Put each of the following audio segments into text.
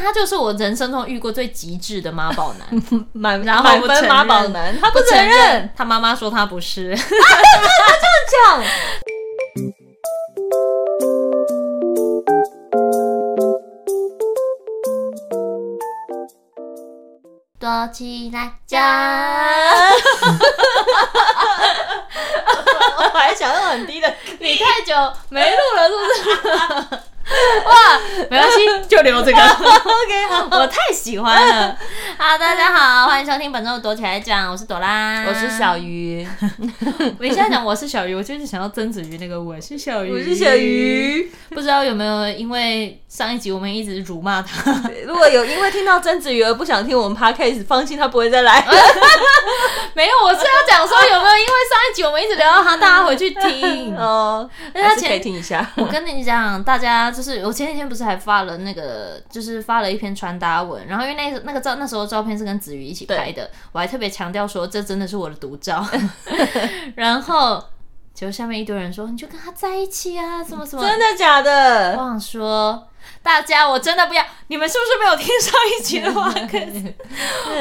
他就是我人生中遇过最极致的妈宝 男，满然后满不分承妈宝认男，他不不承认，，他妈妈说他不 是。这样。躲起来讲我哦还想要 很低的， 你太久没录了，是 不是？哇，没关系，就留这个。 OK 好，我太喜欢了。好，大家好，欢迎收听本周的躲起来讲，我是朵拉，我是小。鱼， 我一下讲我是小鱼，我就是想到曾子瑜那个我是小鱼， 我是小。鱼。不知道有没有因为上一集我们一直辱骂他， 如果有因为听到曾子瑜而不想听我们 podcast，放心，他不会再来。没有，我是要讲说有没有因为上一集我们一直聊到他，大家回 去听。 哦，但他还是前可以听一下。 我跟你讲，大家就是我前几天不是还发了那个，就是发了一篇穿搭文，然后因为那那个照那时候照片是跟子瑜一起拍的，我还特别强调说这真的是我的独照， 然后结果下面一堆人说你就跟他在一起啊，什么什么， 真的假我的？想说。大家，我真的不要！你们是不是没有听上一集的 话？可是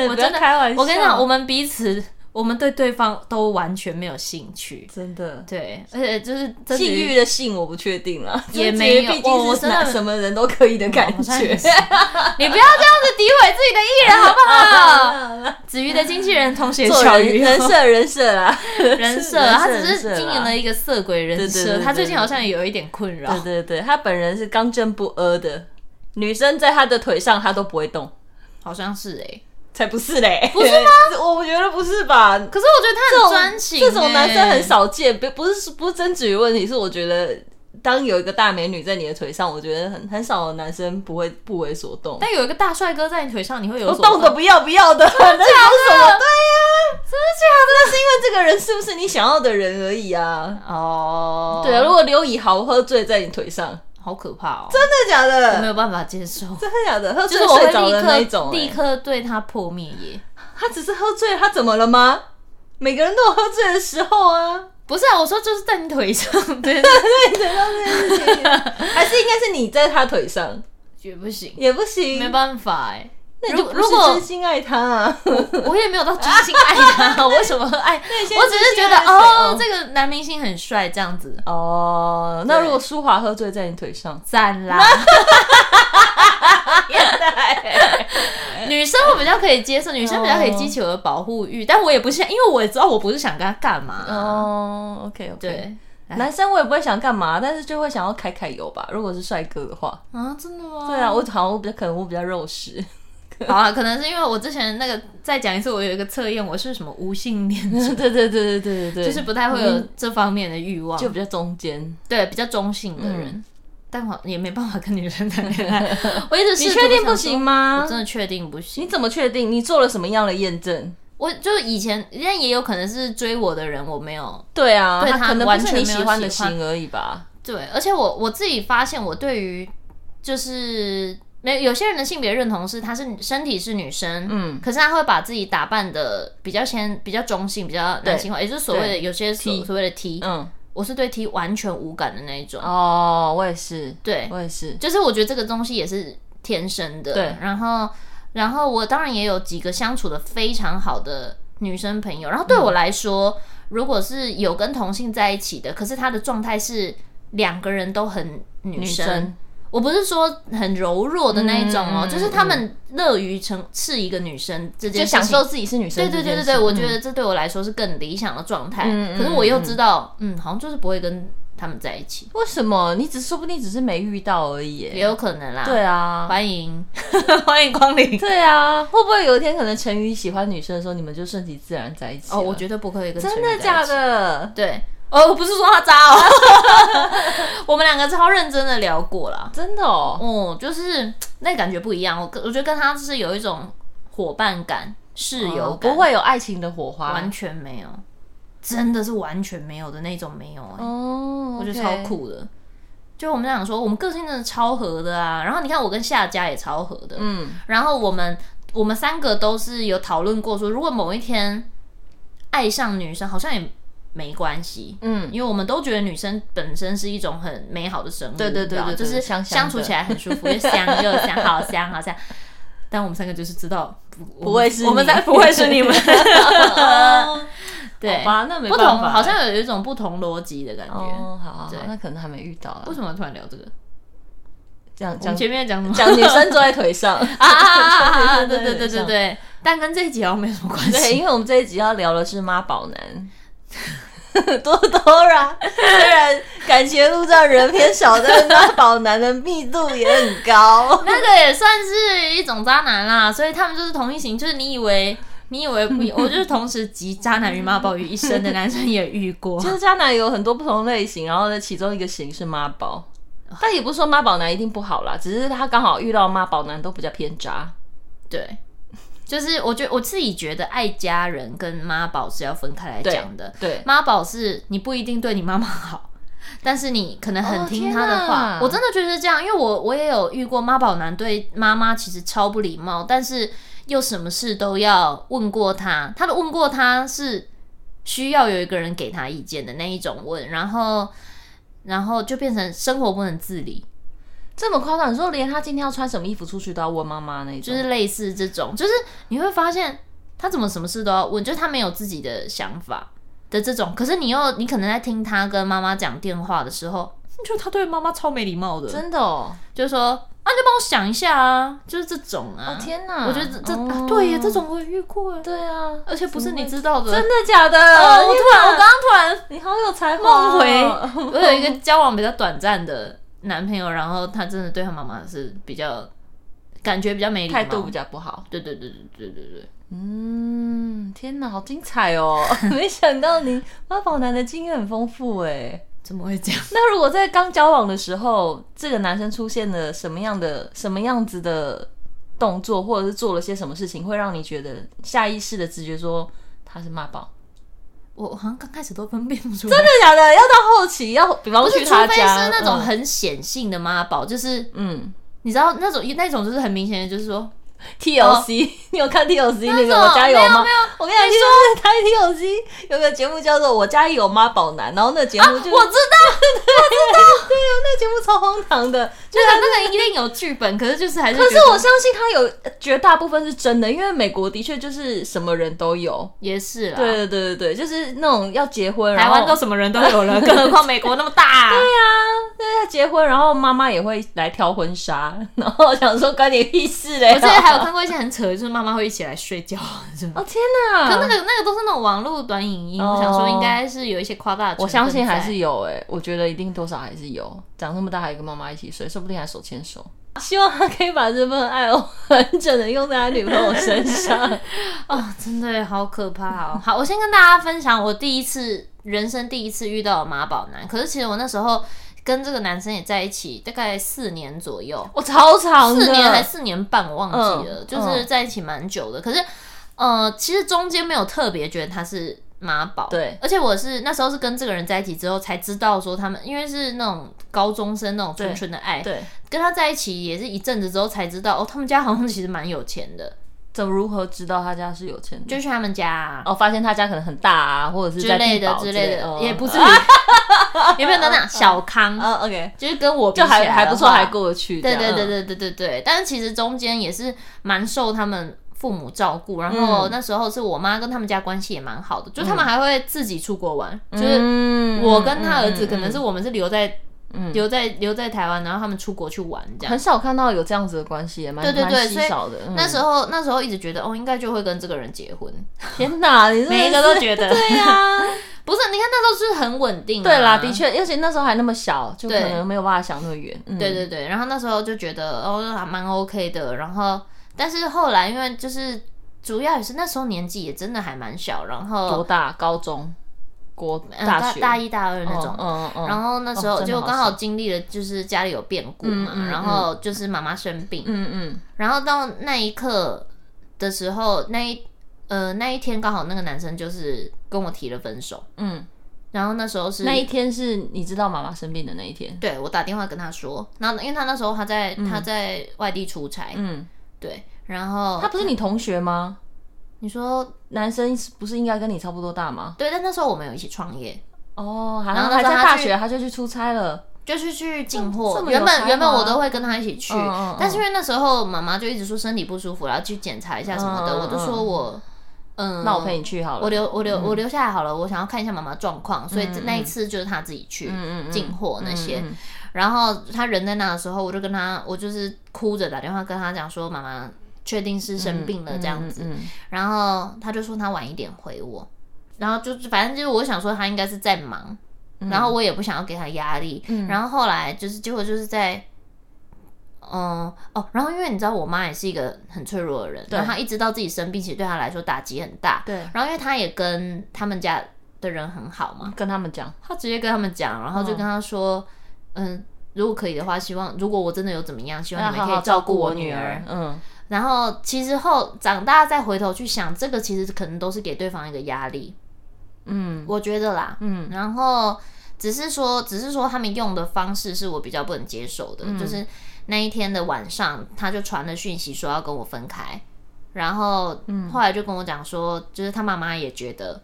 我真的嗯开玩笑。我跟你讲，我们彼此，我们对对方都完全没有兴趣。真的。对，而且就是真的性欲的性我不确定了，也贞洁没有毕我竟我是真的哪什么人都可以的感好像觉也。是 你不要这样子诋毁自己的艺人好不好？ 子瑜的经纪人同学做小人鱼人设人设啊啦， 人设，人设他只人是设啦经营了一个色鬼人对对设，对他最近好像也有一点困扰对。对对，他本人是刚正不阿的，女生在他的腿上他都不会动，好像是哎、才不是嘞，不是吗？ 我觉得不是吧。可是我觉得这他很种专情、这种男生很。少见，不不是不是争执问题，是我觉得当有一个大美女在你的腿上，我觉得很很少有男生不会不为所动，但有一个大帅哥在你腿上，你会有我所动的动不要不要的，那有什么？真的是因为这个人是不是你想要的人而已啊？假的？哦，对啊，如果刘以豪喝醉在你腿上，好可怕哦，真的假我没的？有办法接受。真的假的？喝 就醉是我会睡着的那一立刻种、立欸，刻对他破灭耶。他只是喝醉，他怎么了吗？每个人都有喝醉的时候啊，不是啊，我说就是在你腿上， 对， 还是应该是你在他腿上绝不行，也不行，没办法哎。那你就不如是果真心爱他 啊。我也没有到真心爱他，我为什么会爱？你先我只是觉得真心爱谁哦哦，这个男明星很帅，这样子哦，那如果舒华喝醉在你腿上，赞 啦。女生我比较可以接受，女生比较可以激起我的保护欲，但我也不是，因为我也知道我不是想跟他干嘛。哦，OK OK，，对哎男生我也不会想干嘛，但是就会想要揩揩油吧。如果是帅哥的话，啊，真的吗？对啊，我好像我比较可能我比较肉食， 好啊，可能是因为我之前那个再讲一次，我有一个测验，我是什么无性恋， 对对对对对对对，就是不太会有这方面的欲望，就比较中间。对比较中性的人，嗯但我也没办法跟女生谈恋 爱。我一直你试图确定想不说行吗我？真的确定不行你。怎么确定？你做了什么样的验证？我就是以前，人家也有可能是追我的人，我没有对啊，对他他可能完不是全你没有喜欢的喜欢型而已吧。对，而且我我自己发现，我对于就是没有些人的性别认同是他是身体是女生，嗯，可是他会把自己打扮的比较先比较中性，比较男性化，也就是所谓的有些所所谓的 T，嗯，我是对 T 完全无感的那一种，哦，我也是，对，我也是。就是我觉得这个东西也是天生的。对然后然后我当然也有几个相处的非常好的女生朋友，然后对我来说，如果是有跟同性在一起的，可是她的状态是两个人都很女生。我不是说很柔弱的那一种哦，嗯嗯就是他们乐于成是一个女生这件就事情，享受自己是女对生这件对事。对对对，我觉嗯得这对我来说是更理想的状态。嗯嗯可是我又知道，嗯，好像就是不会跟他们在一起，为什么你只说不定只是没遇到而已也耶？有可能啦。对啊，欢 迎欢迎光临。对啊，会不会有一天可能陈宇喜欢女生的时候，你们就顺其自然在一起了？哦，我绝对不可以跟真陈的宇在一假起？的？对，哦，我不是说他渣哦， 我们两个超认真的聊过啦。真的哦，哦，就是那感觉不一样，我跟我觉得跟他就是有一种伙伴感、室友哦感，不会有爱情的火花完全没有，真的是完全没有的那种没有、欸，哦，我觉得 OK 超。酷的。就我们俩说，我们个性真的超合的啊。然后你看，我跟夏家也超合的，嗯，然后我们我们三个都是有讨论过说，如果某一天爱上女生，好像也没关系， 嗯，因为我们都觉得女生本身是一种很美好的生物，对对你对知道对对就是香香相的处起来很舒服，又香又香，好香好香。但我们三个就是知道不不会是我们你 在不会是你们，对好吧，那没哦不办同，法，好像有一种不同逻辑的感觉。哦，好好好对，那可能还没遇到啊为。什么突然聊这个？这样我讲们前面讲什么？讲女生坐在腿上啊 啊啊啊 啊！对对对对对，但跟这一集好像没什么关对，系。因为我们这一集要聊的是妈宝男。 多多啦，虽然感情路上人偏少，但是妈宝男的密度也很 高。那个也算是一种渣男啦，所以他们就是同一型，就是你以为你以为不 一，我就是同时集渣男与妈宝于一身的男生也遇过就。是渣男有很多不同类型，然后呢，其中一个型是妈宝，哦但也不是说妈宝男一定不好啦，只是他刚好遇到妈宝男都比较偏渣。 对，就是我觉得我自己觉得爱家人跟妈宝是要分开来讲的。对，妈宝是你不一定对你妈妈好， 但是你可能很哦听天她的话。哪我真的觉得是这样，因为我我也有遇过妈宝男对妈妈其实超不礼貌，但是又什么事都要问过他。他的问过他是需要有一个人给他意见的那一种问，然后然后就变成生活不能自理，这么夸张，你说连他今天要穿什么衣服出去都要问妈妈那一就种，是类似这种，就是你会发现他怎么什么事都要问，就是他没有自己的想法的这种。可是你又你可能在听他跟妈妈讲电话的时候，就他对妈妈超没礼貌的，真的哦，就是说啊，你就帮我想一下啊，就是这种啊。哦天哪，我觉得这这、啊哦对耶，这种我也遇过耶，对啊，而且不是你知道的。真的假的？哦，我天突哪然，我刚刚突然你好有才华梦哦、 回， 我有一个交往比较短暂的男朋友，然后他真的对他妈妈是比较感觉比较没礼貌，态度比较不好。对对对对对对对。嗯，天哪，好精彩哦！ 没想到你妈宝男的经验很丰富哎。怎么会这样？那如果在刚交往的时候，这个男生出现了什么样的、什么样子的动作，或者是做了些什么事情，会让你觉得下意识的直觉说他是妈宝？我好像刚开始都分辨不出来，真真的假的？要到后期，要比方不说是，去除他非家，是那种嗯很显性的妈宝，就是嗯你知道那种那种就是很明显的，就是说 TLC，、你有看 TLC 哦那个种我家有吗？没有没有我跟你说，台 TLC 有个节目叫做《我家有妈宝男》，然后那个节啊，目我就知是、道那个节目超荒唐的，就那个那个一定有剧本，可是就是还是可是觉得我相信他有绝大部分是真的，因为美国的确就是什么人都有。也是啦，对啊对对对对，就是那种要结婚，然台后湾都什么人都有 了，更何况美国那么大，啊对要结婚，然后妈妈也会来挑婚纱，然后我想说关你屁事嘞。我之前还有看过一些很扯的，就是妈妈会一起来睡觉，就哦天可那哪！个那个都是那种网络短影音，哦我想说应该是有一些夸大的成分在，我相信还是有哎、我觉得一定多少还是有。长那么大还跟妈妈一起睡，说不定还手牵 手。希望他可以把这份爱哦完整的用在他女朋友身上。哦，真的耶好可怕哦！好，我先跟大家分享我第一次人生第一次遇到的妈宝男，可是其实我那时候跟这个男生也在一起大概四年左右， 我超长的，四年还四年半，我忘记了，嗯就是在一起蛮久的。可是，呃，其实中间没有特别觉得他是妈宝，对而且我是那时候是跟这个人在一起之后才知道说他们，因为是那种高中生那种纯纯的爱，对，跟他在一起也是一阵子之后才知道，哦，他们家好像其实蛮有钱的，怎么如何知道他家是有钱的？就去他们家、啊。哦，发现他家可能很大啊，或者是之在类地的堡之类类的，嗯也不是 啊，有没有等等小康，嗯，OK，就是跟我比就起还来还的不错，话还过得去。对这对样嗯对，对对对对，但是其实中间也是蛮受他们父母照顾，然嗯后那时候是我妈跟他们家关系也蛮好的，就他们还会自己出国玩，嗯就是是我跟他儿子可能是我们是留在、嗯留在留在台湾，然后他们出国去玩这样。很少看到有这样子的关系，也蛮对对对蛮稀少的。嗯那时候那时候一直觉得哦，应该就会跟这个人结婚，天哪，你真的每一个都是觉得 对呀， 不是？你看那时候就是很稳定、啊，对啦，的。确，而且那时候还那么小，就可对能没有办法想那么远。嗯对对对，然后那时候就觉得哦还蛮 OK 的，然后但是后来因为就是主要也是那时候年纪也真的还蛮小，然后多大？高中、国嗯大学、大一大二那嗯种。嗯嗯，然后那时候哦真的就好刚好小经历了，就是家里有变故嘛，嗯嗯嗯然后就是妈妈生病，嗯嗯然后到那一刻的时候，那一呃那一天刚好那个男生就是跟我提了分手，嗯，然后那时候是那一天是你知道妈妈生病的那一天。对我打电话跟他说，然后因为他那时候他在、他在外地出差，嗯，对，然后他不是你同学吗？你说男生不是应该跟你差不多大吗？对，但那时候我们有一起创业，哦，然然后后那时还候在他大去学他就去出差了，就是去进这货。么有原才本华原本我都会跟他一起去，嗯嗯但是因为那时候妈妈就一直说身体不舒服，然后去检查一下什么的，嗯嗯我就说我嗯，那我陪你去好了。我留我留我留下来好了，我想要看一下妈妈状况，所以这嗯那一次就是他自己去嗯嗯嗯进货那些。嗯嗯然后他人在那的时候，我就跟他，我就是哭着打电话跟他讲说，妈妈确定是生病了这样子。嗯嗯嗯然后他就说他晚一点回我，然后就是反正就是我想说他应该是在忙，嗯然后我也不想要给他压力。然后后来就是结果就是在。嗯哦，然后因为你知道，我妈也是一个很脆弱的人，然后她一直到自己生病，其实对她来说打击很大。对然后因为她也跟他们家的人很好嘛，跟他们讲，他直接跟他们讲，然后就跟他说，嗯、如果可以的话，希望如果我真的有怎么样，希望你好们可好以照顾顾我我女儿。嗯，然后其实后长大再回头去想，这个其实可能都是给对方一个压力，嗯我觉得啦，嗯，然后只是说，只是说他们用的方式是我比较不能接受的，嗯就是那一天的晚上，他就传了讯息说要跟我分开，然后嗯后来就跟我讲说，就是他妈妈也觉得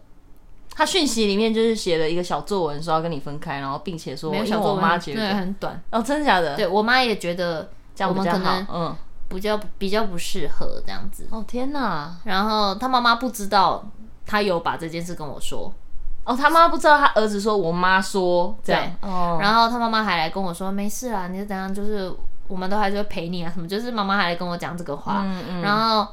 他讯息里面就是写了一个小作文，说要跟你分开，然后并且说因为我妈觉对得，很短，哦，真的假的？对我妈也觉得这样我比们较可好能。嗯，比较比较不适合这样子。哦天哪，然后他妈妈不知道，他有把这件事跟我说，哦他妈不知道他儿子说，我妈说这样，哦，然后他妈妈还来跟我说没事啊啦，你就怎样，就是我们都还是会陪你啊什么，就是妈妈还来跟我讲这个话。嗯嗯，然后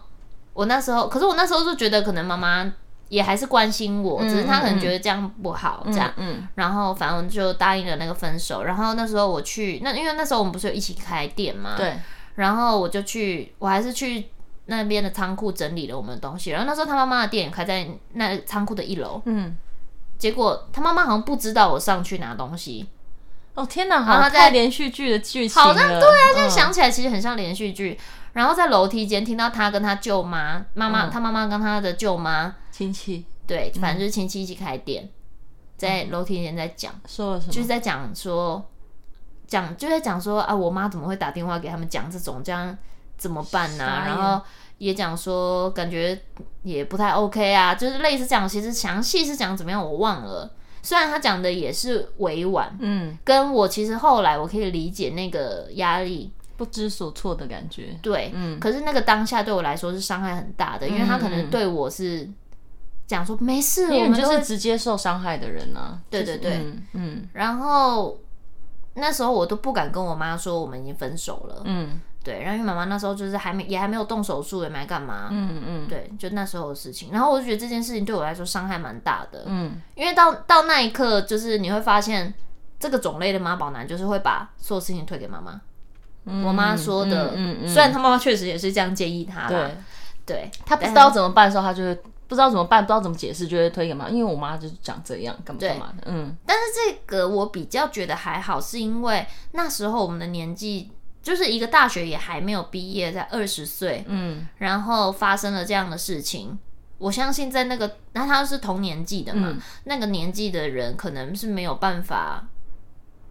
我那时候，可是我那时候就觉得可能妈妈也还是关心我，只是她可能觉得这样不好，这样。嗯然后反正就答应了那个分手。然后那时候我去，那因为那时候我们不是有一起开店嘛，对，然后我就去，我还是去那边的仓库整理了我们的东西。然后那时候他妈妈的店也开在那仓库的一楼，嗯，结果他妈妈好像不知道我上去拿东西，哦天哪，然好后太在连续剧的剧情了，好像对啊，现在嗯想起来其实很像连续剧。然后在楼梯间听到他跟他舅妈、妈妈、嗯他妈妈跟他的舅妈，亲戚对，嗯反正就是亲戚一起开店，在楼梯间在讲，说了什么？就是在讲说。讲就在讲说啊，我妈怎么会打电话给他们讲这种，这样怎么办呢、傻眼然后也讲说感觉也不太 OK 啊，就是类似这样。其实详细是讲怎么样我忘了，虽然他讲的也是委婉，嗯，跟我其实后来我可以理解那个压力，不知所措的感觉，对，嗯可是那个当下对我来说是伤害很大的，因为他可能对我是讲说没事，我因为们你就就是是，直接受伤害的人啊。对就是对对嗯嗯然后那时候我都不敢跟我妈说我们已经分手了，嗯对，然后因为妈妈那时候就是还没也还没有动手术，也没干嘛，嗯嗯对，就那时候的事情，然后我就觉得这件事情对我来说伤害蛮大的，嗯，因为到到那一刻，就是你会发现，这个种类的妈宝男就是会把所有事情推给妈妈。我妈说的，嗯嗯嗯虽然他妈妈确实也是这样建议他啦对，对，他不知道怎么办的时候，他就会不知道怎么办，不知道怎么解释，就会推给妈妈。因为我妈就是长这样，干嘛对干嘛的。嗯但是这个我比较觉得还好，是因为那时候我们的年纪就是一个大学也还没有毕业，在二十岁，嗯然后发生了这样的事情。我相信在那个，那他是同年纪的嘛，嗯那个年纪的人可能是没有办法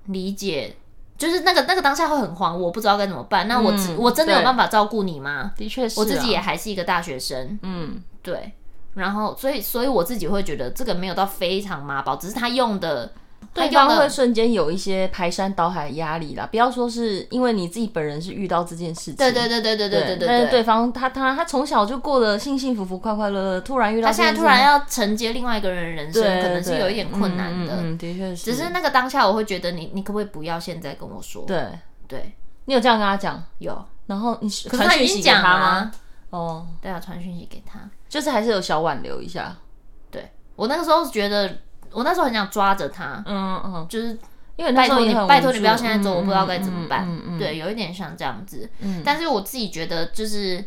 理解，就是那个那个当下会很慌，我不知道该怎么办。那我只、嗯我真的有对办法照顾你吗？的确是、啊我自己也，还是一个大学生，嗯对。然后，所以，所以我自己会觉得这个没有到非常妈宝，只是他用的，他对用方会的，瞬间有一些排山倒海的压力啦。不要说是因为你自己本人是遇到这件事情，对对对对对对对但对是对方他他他从小就过得幸幸福福、快快乐乐，突然遇到他现在这件突然事要承接另外一个人的人生，情对可能是对有一点困难的。嗯嗯嗯的确是，只是那个当下，我会觉得你，你可不可以不要现在跟我说？对对，你有这样跟他讲，有，然后你可可是他已经讲了、啊他吗？哦，对啊，传讯息给他。就是还是有小挽留一下，对我那个时候觉得，我那时候很想抓着他，嗯嗯，就是因为拜托你，拜托你不要现在走，走，我不知道该怎么办。嗯嗯，对，有一点像这样子，嗯但是我自己觉得就是。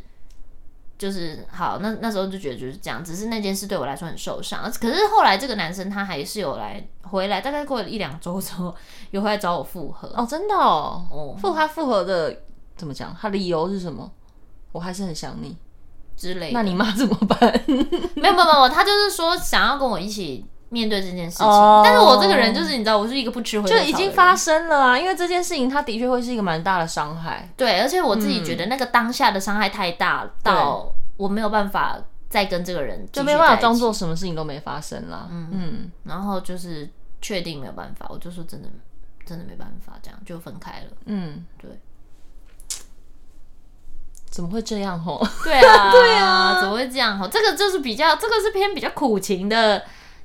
就是好，那那时候就觉得就是这样，只是那件事对我来说很受伤。可是后来这个男生他还是有来回来，大概过了一两周之后，有回来找我复合。哦，真的哦，哦，复他复合的怎么讲？他理由是什么？我还是很想你，之类的。那你妈怎么办？没有没有没有，他就是说想要跟我一起面对这件事情。哦但是我这个人就是你知道，我是一个不吃回头就草的已经人发生了啊，因为这件事情，它的确会是一个蛮大的伤害。嗯对，而且我自己觉得那个当下的伤害太大、到我没有办法再跟这个人就就没办法装作什么事情都没发生啦。嗯然后就是确定没有办法，我就说真的真的没办法，这样就分开 了。嗯，对，怎么会这样吼？对啊，对啊，怎么会这样？哈，这个就是比较，这个是偏比较苦情的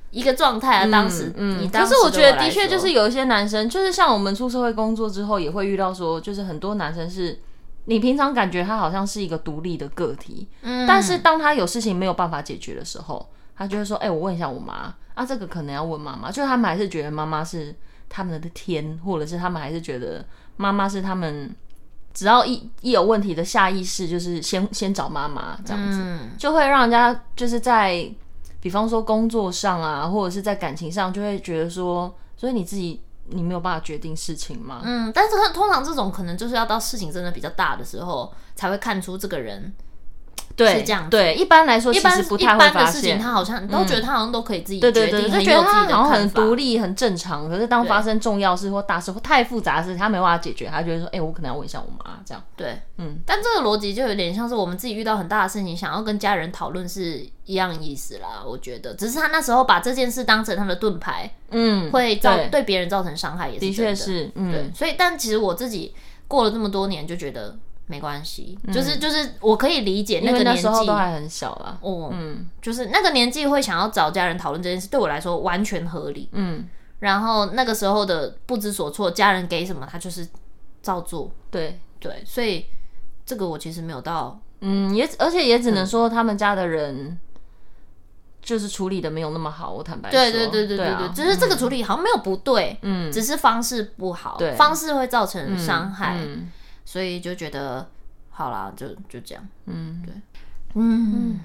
一个状态啊。当时，嗯，可是我我觉得的来确说就是有一些男生，就是像我们出社会工作之后，也会遇到说，就是很多男生是你平常感觉他好像是一个独立的个体，嗯但是当他有事情没有办法解决的时候，他就会说：“哎、我问一下我妈啊，这个可能要问妈妈。”就是他们还是觉得妈妈是他们的天，或者是他们还是觉得妈妈是他们只要一一有问题的下意识就是先先找妈妈这样子，嗯就会让人家就是在比方说工作上啊，或者是在感情上，就会觉得说，所以你自己你没有办法决定事情吗？嗯，但是他通常这种可能就是要到事情真的比较大的时候才会看出这个人。对，是这样子对，一般来说一其般实不一太会般发的事情，现。嗯他好像都觉得他好像都可以自己对决对对，定，就很觉得有自他己的好像很看法独立、很正常。可是当发生重要事或大事或太复杂的事，他没办法解决，他就会说：“哎、我可能要问一下我妈。”这样，对，嗯，但这个逻辑就有点像是我们自己遇到很大的事情，想要跟家人讨论是一样意思啦。我觉得，只是他那时候把这件事当成他的盾牌，嗯，会造对对别人造成伤害，也是的真确是，对嗯，。所以，但其实我自己过了这么多年，就觉得没关系，就是就是我可以理解那嗯因个为那年时候纪都，还很小啦，哦，嗯就是那个年纪会想要找家人讨论这件事，对我来说完全合理。嗯，然后那个时候的不知所措，家人给什么他就是照做，对，对，所以这个我其实没有到，嗯，也而且也只能说他们家的人就是处理的没有那么好。我坦白说，对对对对嗯对对，啊就是这个处理好像没有不对，嗯只是方式不好，对方式会造成伤害，嗯所以就觉得好啦，就就这样，嗯，对，嗯，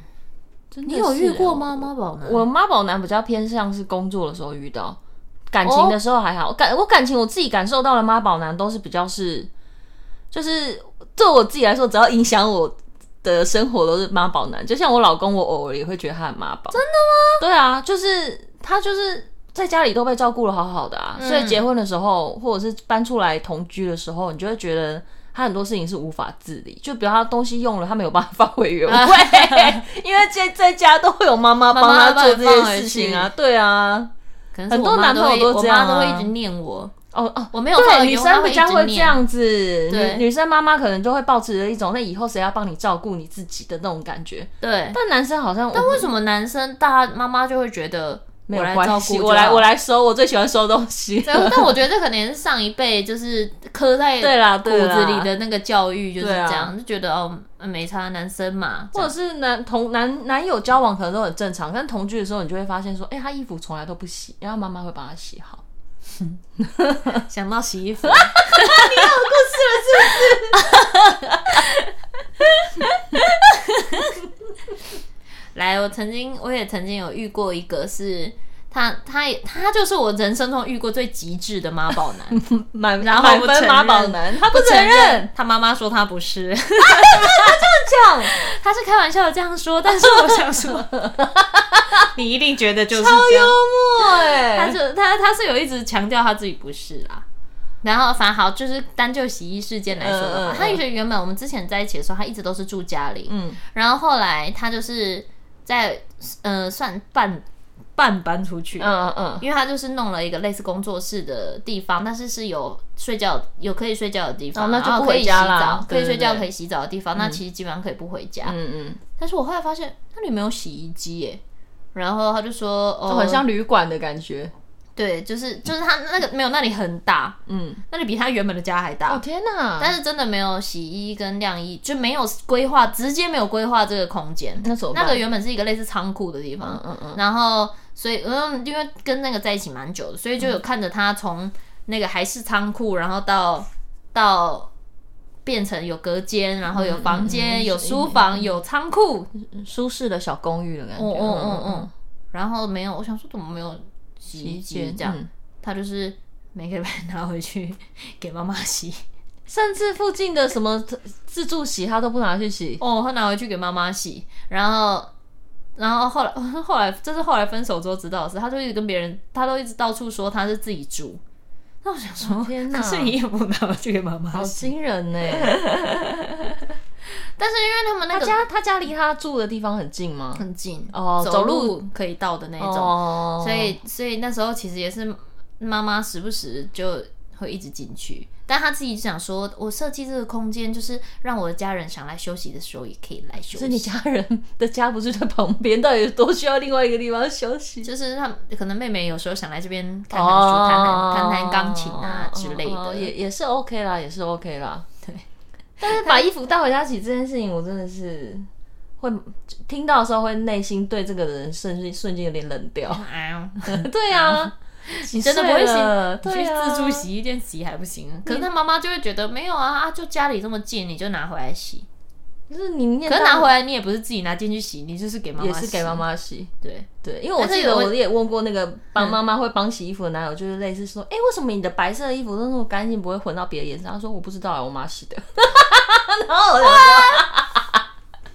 真的你有遇是过欸妈？妈宝男？我妈宝男比较偏向是工作的时候遇到，感情的时候还好。感我感情我自己感受到的妈宝男都是比较是，就是对我自己来说，只要影响我的生活都是妈宝男。就像我老公，我偶尔也会觉得他很妈宝。真的吗？对啊，就是他就是在家里都被照顾的好好的啊，嗯所以结婚的时候或者是搬出来同居的时候，你就会觉得。他很多事情是无法自理，就比如他东西用了，他没有办法 回原位，因为在在家都会有妈妈帮他做这件事情啊，对啊，可能是很我多妈男都朋会友都我这样妈都会啊一直念我，哦哦。我没啊有放对，油女她生会比一较直会这念样子，对女女生妈妈可能就会抱持着一种那以后谁要帮你照顾你自己的那种感觉，对，但男生好像但我为什么男生大家妈妈就会觉得没有我来关照系顾，我来我来？来收，我最喜欢收东西。对， 但我觉得这可能也是上一辈就是刻在 对啦骨对啦子里的那个教育就是对啊这样，就觉得哦呃没差，男生嘛，或者是男同男男友交往可能都很正常，但同居的时候你就会发现说，哎、他衣服从来都不洗，然后妈妈会帮他 洗好。这样想到洗衣服， 来，我曾经我也曾经有遇过一个是。他他也他就是我人生中遇过最极致的妈宝 男，满然后满不承分认妈宝男，他不承承认，他妈妈说他不 是，这样他是开玩笑的这样说，但是我想 说，你一定觉得就是这样。幽默哎、他是他他是有一直强调他自己不是啦。然后反正好，就是单就洗衣事件来说的话，嗯嗯嗯他一直原本我们之前在一起的时候，他一直都是住家里，嗯然后后来他就是在呃算半半搬出去，嗯嗯因为他就是弄了一个类似工作室的地方，但是是有睡觉有可以睡觉的地方，哦那就然后不可以回洗家啦澡，可以对对睡觉对可以洗澡的地方，那其实基本上可以不回家。嗯嗯但是我后来发现那里没有洗衣机耶，然后他就说嗯，哦，很像旅馆的感觉。对，就是就是他那个没有那里很大，嗯，那里比他原本的家还大，哦天哪！但是真的没有洗衣跟晾衣，就没有规划，直接没有规划这个空间。那怎么办那个原本是一个类似仓库的地方，嗯嗯然后所以嗯，因为跟那个在一起蛮久的，所以嗯就有看着他从那个还是仓库，然后到到。变成有隔间，然后有房间、嗯嗯有书房、有仓库，嗯，舒适的小公寓的感觉。嗯嗯嗯嗯，然后没有，我想说怎么没有洗衣机这样，嗯他就是每个礼拜拿回去 给妈妈洗。甚至附近的什么自自助洗他都不拿去洗。哦，他拿回去给妈妈洗，然后，然后后来后来，这是后来分手之后知道的事，他就一直跟别人，他都一直到处说他是自己煮。那我想说，哦天哪 可是你也不拿回去给妈妈好洗，惊人呢、但是因为他们那他个家他家离他住的地方很近吗？很近哦走走路路可以到的那种，哦，所以所以那时候其实也是妈妈时不时就会一直进去，但她自己就想说，我设计这个空间就是让我的家人想来休息的时候也可以来休所以你息。家人的家不是在旁边，到底有多需要另外一个地方休息？就是他们可能妹妹有时候想来这边看看书、弹弹弹弹钢琴啊哦之类哦的，也也是 OK 啦，也是 OK 啦。对，但是把衣服带回家洗这件事情，我真的是会听到的时候会内心对这个人瞬间瞬间有点冷掉。哎呦，对啊，你你真的不会洗，对啊，你去自助洗衣店洗还不行？可是他妈妈就会觉得没有啊啊，就家里这么近，你就拿回来洗。就是你念可到是拿回来你也不是自己拿进去洗，你就是给妈妈也洗，是给妈妈洗。对。对，因为我但是记得有我也问过那个帮妈妈会帮洗衣服的男友，就是类似说，哎、为什么你的白色衣服都那么干净，不会混到别的颜色？他说我不知道啊，我妈洗的。然后我就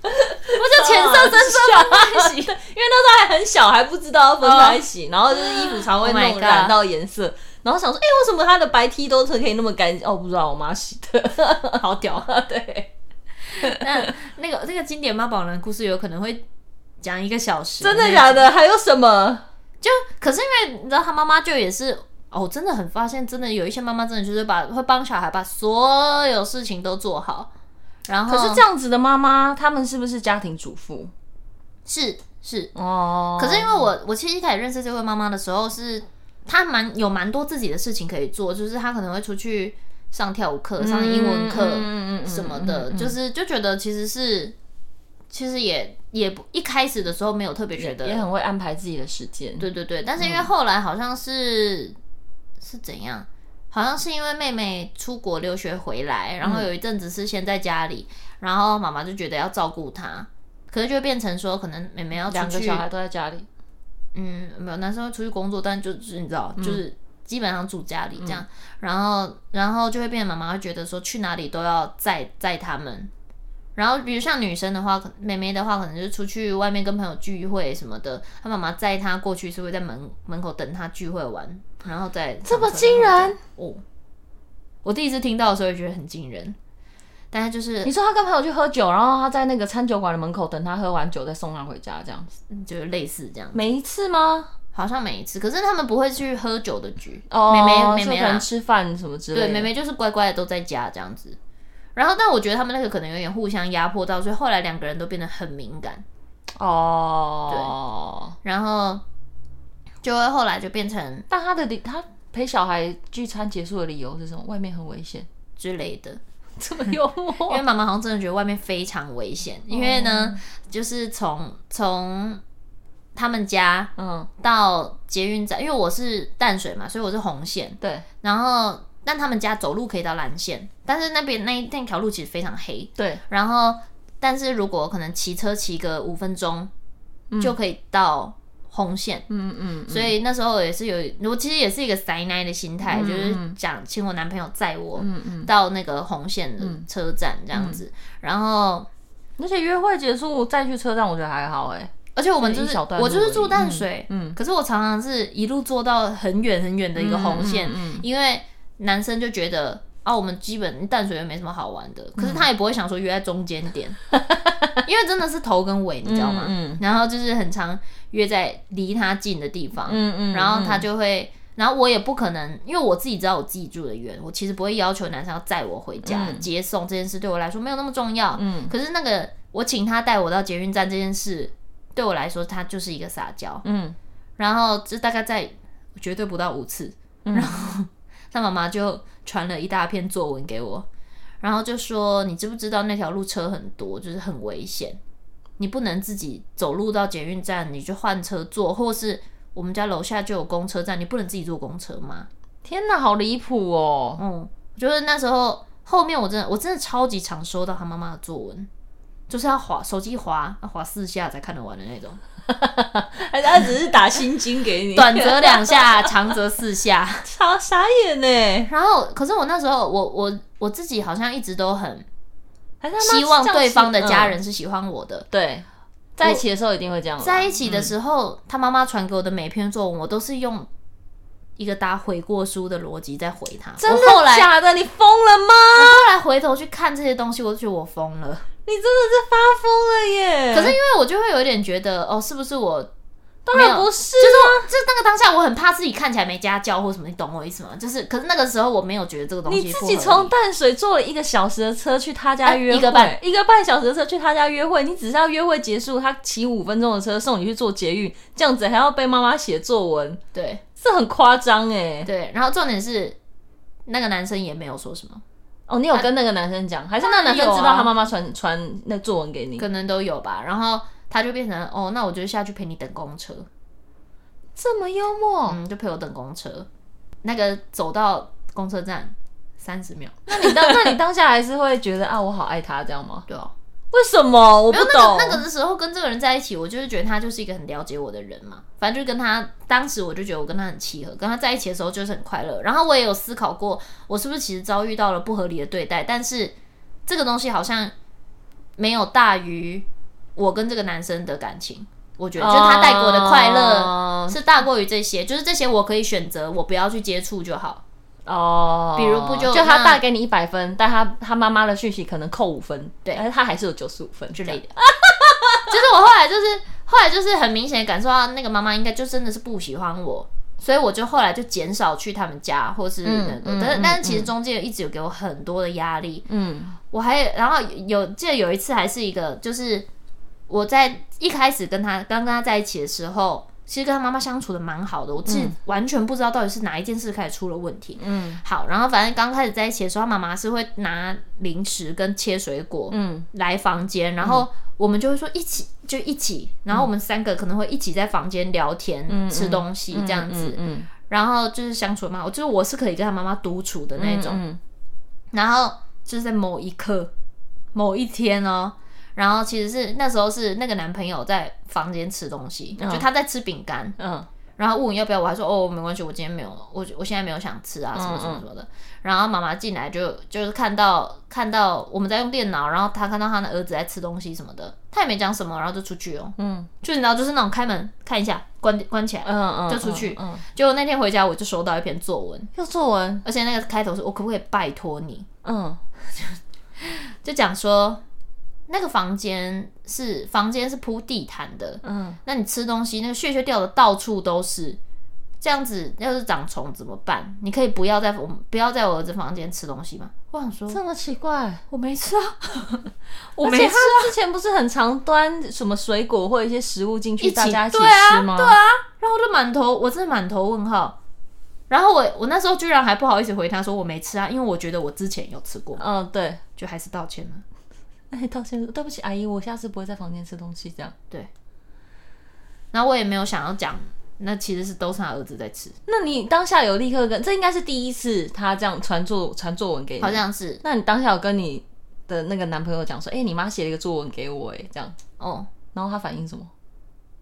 不就浅啊色深色分 开洗？因为那时候还很小，还不知道要分开洗然后就是衣服常会 Oh my 弄 God 染到颜色然后想说，哎、为什么他的白 T 都可以那么干净？哦，不知道，我妈洗 的，好屌，对，那那个那个经典妈宝男故事有可能会讲一个小时，真的假？的？还有什么？就可是因为你知道他妈妈就也是。哦，真的很发现，真的有一些妈妈真的就是把会帮小孩把所有事情都做好，然后 可是这样子的妈妈，他们是不是家庭主妇？是是，哦，可是因为我我其实一开始认识这位妈妈的时候是，她蛮有蛮多自己的事情可以做，就是她可能会出去上跳舞课、上英文课、嗯嗯嗯嗯什么的，嗯嗯嗯就是就觉得其实是，其实也也不一开始的时候没有特别觉也得，很会安排自己的时间，对对对，但是因嗯为后来好像是、是怎样，好像是因为妹妹出国留学回来，然后有一阵子是先在家里，然后妈妈就觉得要照顾她，可是就变成说可能妹妹要出两个去，小孩都在家里，嗯，没有，男生会出去工作，但就就是你知嗯道，就是基本上住家里这样，然后然后就会变得妈妈会觉得说去哪里都要载载他们。然后，比如像女生的话，可妹妹的话，可能就是出去外面跟朋友聚会什么的，她妈妈载她过去是会在门门口等她聚会完，然后再这么惊人哦！我第一次听到的时候也觉得很惊人，但是就是你说他跟朋友去喝酒，然后他在那个餐酒馆的门口等他喝完酒，再送他回家，这样子，嗯就是类似这样，每一次吗？好像每一次，可是他们不会去喝酒的局，哦，妹妹妹妹就可啦能，吃饭什么之类的。对，妹妹就是乖乖的都在家这样子。然后，但我觉得他们那个可能有点互相压迫到，所以后来两个人都变得很敏感，哦，然后就会后来就变成但他的理他陪小孩聚餐结束的理由是什么？外面很危险，之类的。这么幽因为默。妈妈好像真的觉得外面非常危险，因为呢，哦就是从从他们家嗯，到捷运站，因为我是淡水嘛，所以我是红线，对然后但他们家走路可以到蓝线，但是那边那那条路其实非常黑，对，然后，但是如果可能骑车骑个五分钟，就可以到红线。嗯嗯嗯，所以那时候也是有，我其实也是一个塞奶的心态，嗯就是讲请我男朋友载我嗯嗯。到那个红线的车站这样子。然后，而且约会结束再去车站，我觉得还好哎、而且我们就一是小段路我就是而已住淡水，嗯，可是我常常是一路坐到很远很远的一个红线，嗯嗯嗯因为男生就觉得啊，我们基本淡水也没什么好玩的，可嗯是他也不会想说约在中间 点，因为真的是头跟尾，你知道吗？嗯然后就是很常约在离他近的地方，嗯嗯然后他就会。然后我也不可能，因为我自己知道我自己住的远，我其实不会要求男生要载我回家、接送这件事对我来说没有那么重要。嗯可是那个我请他带我到捷运站这件事，对我来说他就是一个撒娇。嗯，然后这大概在绝对不到五次，然后他妈妈就传了一大篇作文给我，然后就说你知不知道那条路车很多，就是很危险，你不能自己走路到捷运站，你去换车坐，或是我们家楼下就有公车站，你不能自己坐公车吗？天哪，好离谱哦！嗯，我觉得那时候后面我真的我真的超级常收到他妈妈的作文。就是要滑手机滑，要滑四下才看得完的那种，还是他只是打心经给你，短则两下，长则四下。超傻眼呢、然后，可是我那时候，我我我自己好像一直都很还是他妈希望对方的家嗯人是喜欢我的。对在一起的时候一定会这样啦，在一起的时候，他妈妈传给我的每篇作文，我都是用一个打悔过书的逻辑在回他。真我后的来我假的？你疯了吗？后来回头去看这些东西，我就觉得我疯了。你真的是发疯了耶！可是因为我就会有点觉得，哦，是不是我当没然有不是就是啊，我就是那个当下，我很怕自己看起来没家教或什么，你懂我意思吗？就是，可是那个时候我没有觉得这个东西你自不己合理从淡水坐了一个小时的车去他家哎约会，一个半呃一个半小时的车去他家约会，你只是要约会结束，他骑五分钟的车送你去做捷运，这样子还要被妈妈写作文，对这很夸张哎！对，然后重点是那个男生也没有说什么，哦，你有跟那个男生讲，还是那个男生知道他妈妈传传那作文给你？可能都有吧。然后他就变成哦，那我就下去陪你等公车，这么幽默，嗯，就陪我等公车。那个走到公车站三十秒，那你当 那你当下还是会觉得啊，我好爱他这样吗？对哦，为什么我不没有懂？那个那个的时候跟这个人在一起，我就是觉得他就是一个很了解我的人嘛。反正就是跟他当时我就觉得我跟他很契合，跟他在一起的时候就是很快乐。然后我也有思考过，我是不是其实遭遇到了不合理的对待，但是这个东西好像没有大于我跟这个男生的感情。我觉得就是他带给我的快乐哦是大过于这些，就是这些我可以选择我不要去接触就好。哦，比如不就就他那带给你一百分，但他他妈妈的讯息可能扣五分，对但是他还是有九十五分之这类样的。就是我后来就是后来就是很明显地感受到那个妈妈应该就真的是不喜欢我，所以我就后来就减少去他们家或是那个，嗯但是、嗯但是其实中间一直有给我很多的压力，嗯，我还然后有记得有一次还是一个就是我在一开始跟他刚跟他在一起的时候。其实跟他妈妈相处的蛮好的，我自己完全不知道到底是哪一件事开始出了问题。嗯，好，然后反正刚开始在一起的时候，他妈妈是会拿零食跟切水果，嗯，来房间，然后我们就会说一起就一起，然后我们三个可能会一起在房间聊天、吃东西这样子，嗯，然后就是相处嘛，我就是我是可以跟他妈妈独处的那那种，种，然后就是在某一刻、某一天哦，然后其实是那时候是那个男朋友在房间吃东西，就他在吃饼干，嗯然后问我要不要，我还说哦没关系，我今天没有，我我现在没有想吃嗯啊，什么什么什么的。然后妈妈进来就就是看到看到我们在用电脑，然后她看到她的儿子在吃东西什么的，她也没讲什么，然后就出去哦，嗯就你知道就是那种开门看一下，关关起来。嗯嗯，就出去嗯，嗯结果那天回家我就收到一篇作文，要作文，而且那个开头是我可不可以拜托你，嗯就讲说那个房间是房间是铺地毯的，嗯，那你吃东西，那个屑屑掉的到处都是，这样子要是长虫怎么办？你可以不要在我不要在我儿子房间吃东西吗？我想说，这么奇怪，我没吃啊， 我而没且吃他啊，之前不是很常端什么水果或一些食物进去，一起大家一起对啊吃吗？对啊，然后我就满头，我真的满头问号。然后我我那时候居然还不好意思回他说我没吃啊，因为我觉得我之前有吃过，嗯对，就还是道歉了。哎，道歉，对不起，阿姨，我下次不会在房间吃东西这样。然后我也没有想要讲，那其实是都是他儿子在吃，那你当下有立刻跟，这应该是第一次他这样传作传作文给你，好像是那你当下有跟你的那个男朋友讲说，哎、你妈写了一个作文给我、哎，这样，哦，然后他反应什么？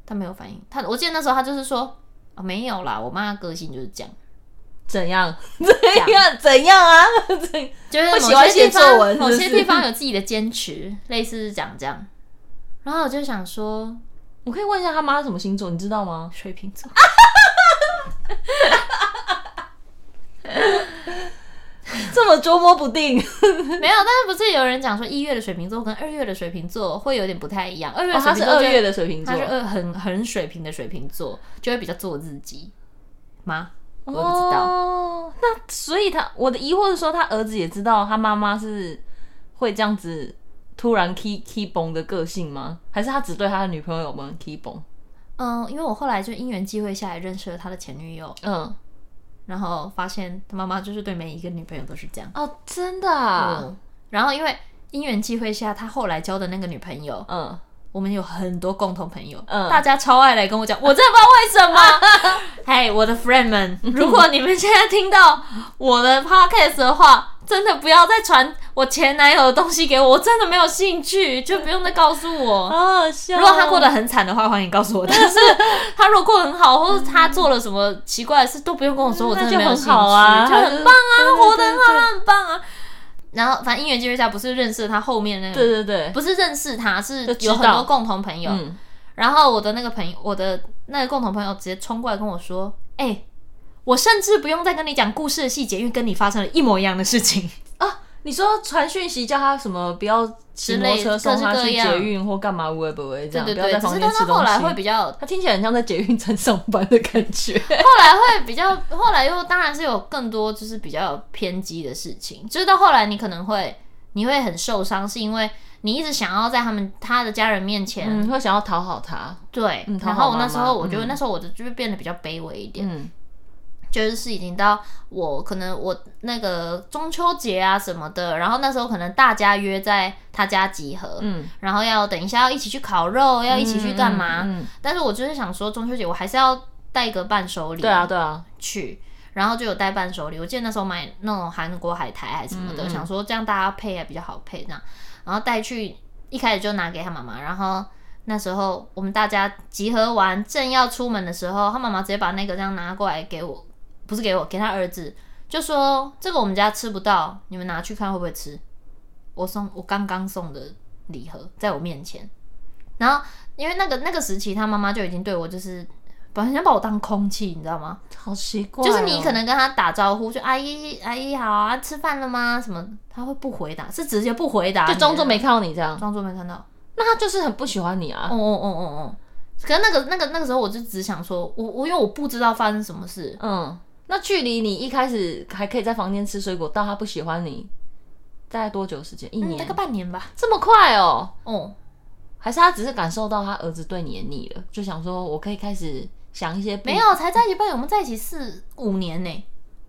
他没有反应。他我记得那时候他就是说、哦、没有啦，我妈的个性就是这样。怎 样？怎样？ 怎样啊？怎？就是会某喜欢些写地方作文某是不些是地方有自己的坚持， 类似是讲这样。然后我就想说， 我可以问一下他妈什么星座，你知道吗？水瓶座， 这么捉摸不定，没有，但是不是有人讲说一月的水瓶座跟二月的水瓶座会有点不太一样？二月的 哦、水他瓶是座二就月，的水瓶座他是，二很很水瓶的水瓶座，就会比较做自己吗？我我也不知道。哦、那所以他，我的疑惑是说，他儿子也知道他妈妈是会这样子突然 key key 崩的个性吗？还是他只对他的女朋友们 key 崩？嗯，因为我后来就因缘际会下来认识了他的前女友，嗯，然后发现他妈妈就是对每一个女朋友都是这样。哦，真的、啊，嗯，然后因为因缘际会下，他后来交的那个女朋友，嗯我们有很多共同朋友，嗯大家超爱来跟我讲，我真的不知道为什 么。嘿，我的 friend 们，嗯如果你们现在听到我的 podcast 的话，真的不要再传我前男友的东西给我，我真的没有兴趣，就不用再告诉 我。好好笑哦。如果他过得很惨的话，欢迎告诉我。但 是他如果过得很好，或者他做了什么奇怪的事，都不用跟哦我说，我真的没有兴趣，那就很好啊就很棒啊，对对对活得很好，对对他很棒啊。然后，反正因缘机会下，不是认识了他后面那个，对对啊对，不是认识他，是就知有很道多共同朋友。嗯，然后我的那个朋友，我的那个共同朋友直接冲过来跟我说：“哎、我甚至不用再跟你讲故事的细节，因为跟你发生了一模一样的事 情。啊，你说传讯息叫他什么不要骑摩托车送他之类去各式各样捷运或干嘛，无微不微这样，对不要对，在只房是间但吃他东后来西。会比较，他听起来很像在捷运站上班的感觉。后来会比 较，后来又当然是有更多就是比较有偏激的事情，就是到后来你可能会你会很受伤，是因为你一直想要在他们他的家人面前、 嗯，会想要讨好他。对，嗯讨然好后我妈那时妈候我觉得嗯那时候我的就是变得比较卑微一点，嗯，就是是已经到我可能我那个中秋节啊什么的，然后那时候可能大家约在他家集合，嗯，然后要等一下要一起去烤肉，要一起去干嘛？嗯，嗯嗯但是我就是想说中秋节我还是要带个伴手礼，对啊，对啊，去，然后就有带伴手礼。我记得那时候买那种韩国海苔还是什么的，嗯嗯想说这样大家配还比较好配这样，然后带去一开始就拿给他妈妈，然后。那时候我们大家集合完正要出门的时候，他妈妈直接把那个这样拿过来给我，不是给我，给他儿子，就说这个我们家吃不到，你们拿去看会不会吃。我送我刚刚送的礼盒在我面前，然后因为那个那个时期，他妈妈就已经对我就是，好像把我当空气，你知道吗？好奇怪哦。就是你可能跟他打招呼，就阿姨阿姨好啊，吃饭了吗？什么？他会不回答，是直接不回答，就装作没看到你这样，装作没看到。 那他就是很不喜欢你啊哦。哦哦哦哦。可是那个那个那个时候，我就只想说，我我因为我不知道发生什么事，嗯，那距离你一开始还可以在房间吃水果，到他不喜欢你，大概多久时间？一嗯，年？大概半年吧。这么快哦？哦，还是他只是感受到他儿子对你的腻了，就想说我可以开始想一些不没，有，啊才在一起半年，我们在一起四五年呢、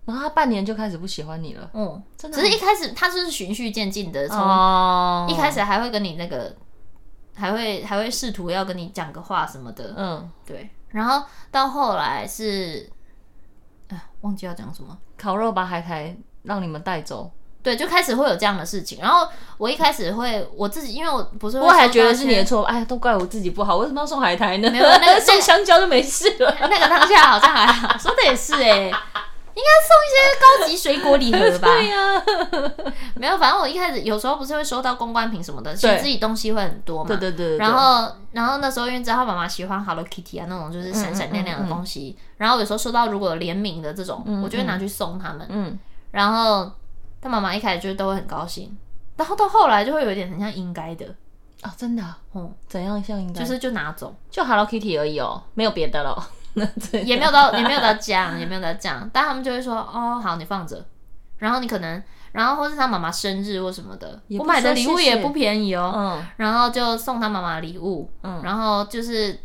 然后他半年就开始不喜欢你了。哦，真的只是一开始他就是循序渐进的，从哦一开，始还会跟你那个，还会还会试图要跟你讲个话什么的，嗯，对。然后到后来是，哎，忘记要讲什么。烤肉把海苔让你们带走，对，就开始会有这样的事情。然后我一开始会我自己，因为我不是会我还收到觉得一是些你的错，哎，都怪我自己不好，为什么要送海苔呢？没有那个 送香蕉就没事了。哦那个当下好像还好，说的也是哎、应该送一些高级水果礼盒吧？对呀、没有，反正我一开始有时候不是会收到公关品什么的，其实对自己东西会很多嘛。对对对对对然后，然后那时候因为知道妈妈喜欢 Hello Kitty 啊那种就是闪嗯闪亮亮的东西，然后有时候收到如果有联名的这种，我就会拿去送他们。嗯，然后他妈妈一开始就都会很高兴，然后到后来就会有一点很像应该的，哦，真的啊、嗯，怎样像应该就是就拿走。就 Hello Kitty 而已哦，没有别的 了。嗯也没有 到也没有到这样，也没有到这样，但他们就会说哦，好，你放着。然后你可能，然后或是他妈妈生日或什么的，也我不买的说礼谢物也谢不便宜哦。嗯然后就送他妈妈礼物，嗯然后就是，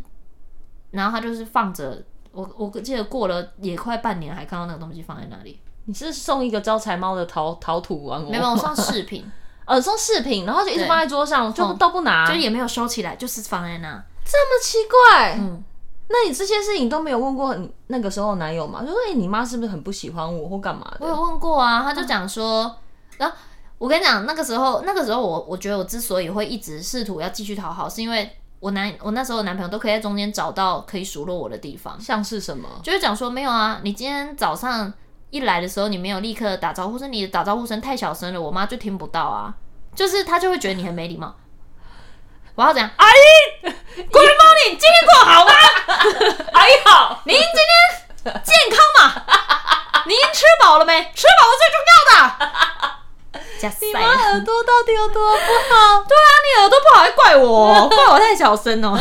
然后他就是放着。我我记得过了也快半年，还看到那个东西放在那里。你是送一个招财猫的陶陶土玩偶吗，没有，我送饰 品，呃送饰品，然后就一直对放在桌上，就都不拿，就是也没有收起来，就是放在那。这么奇怪。嗯，那你这些事情都没有问过你那个时候男友吗？就说哎、你妈是不是很不喜欢我或干嘛我的？有问过啊，他就讲说，然后我跟你讲，那个时候，那个时候我我觉得我之所以会一直试图要继续讨好，是因为我男我那时候的男朋友都可以在中间找到可以数落我的地方，像是什么？就是讲说没有啊，你今天早上一来的时候你没有立刻打招呼，或是你的打招呼声太小声了，我妈就听不到啊，就是她就会觉得你很没礼貌。我要讲，阿姨，鬼猫，你今天过好吗？ 哎呀，您今天健康吗？ 您吃饱了没？吃饱是最重要的。加塞你妈了，耳朵到底有多不好？你耳朵哎不好还怪 我，哦怪我太小声哦。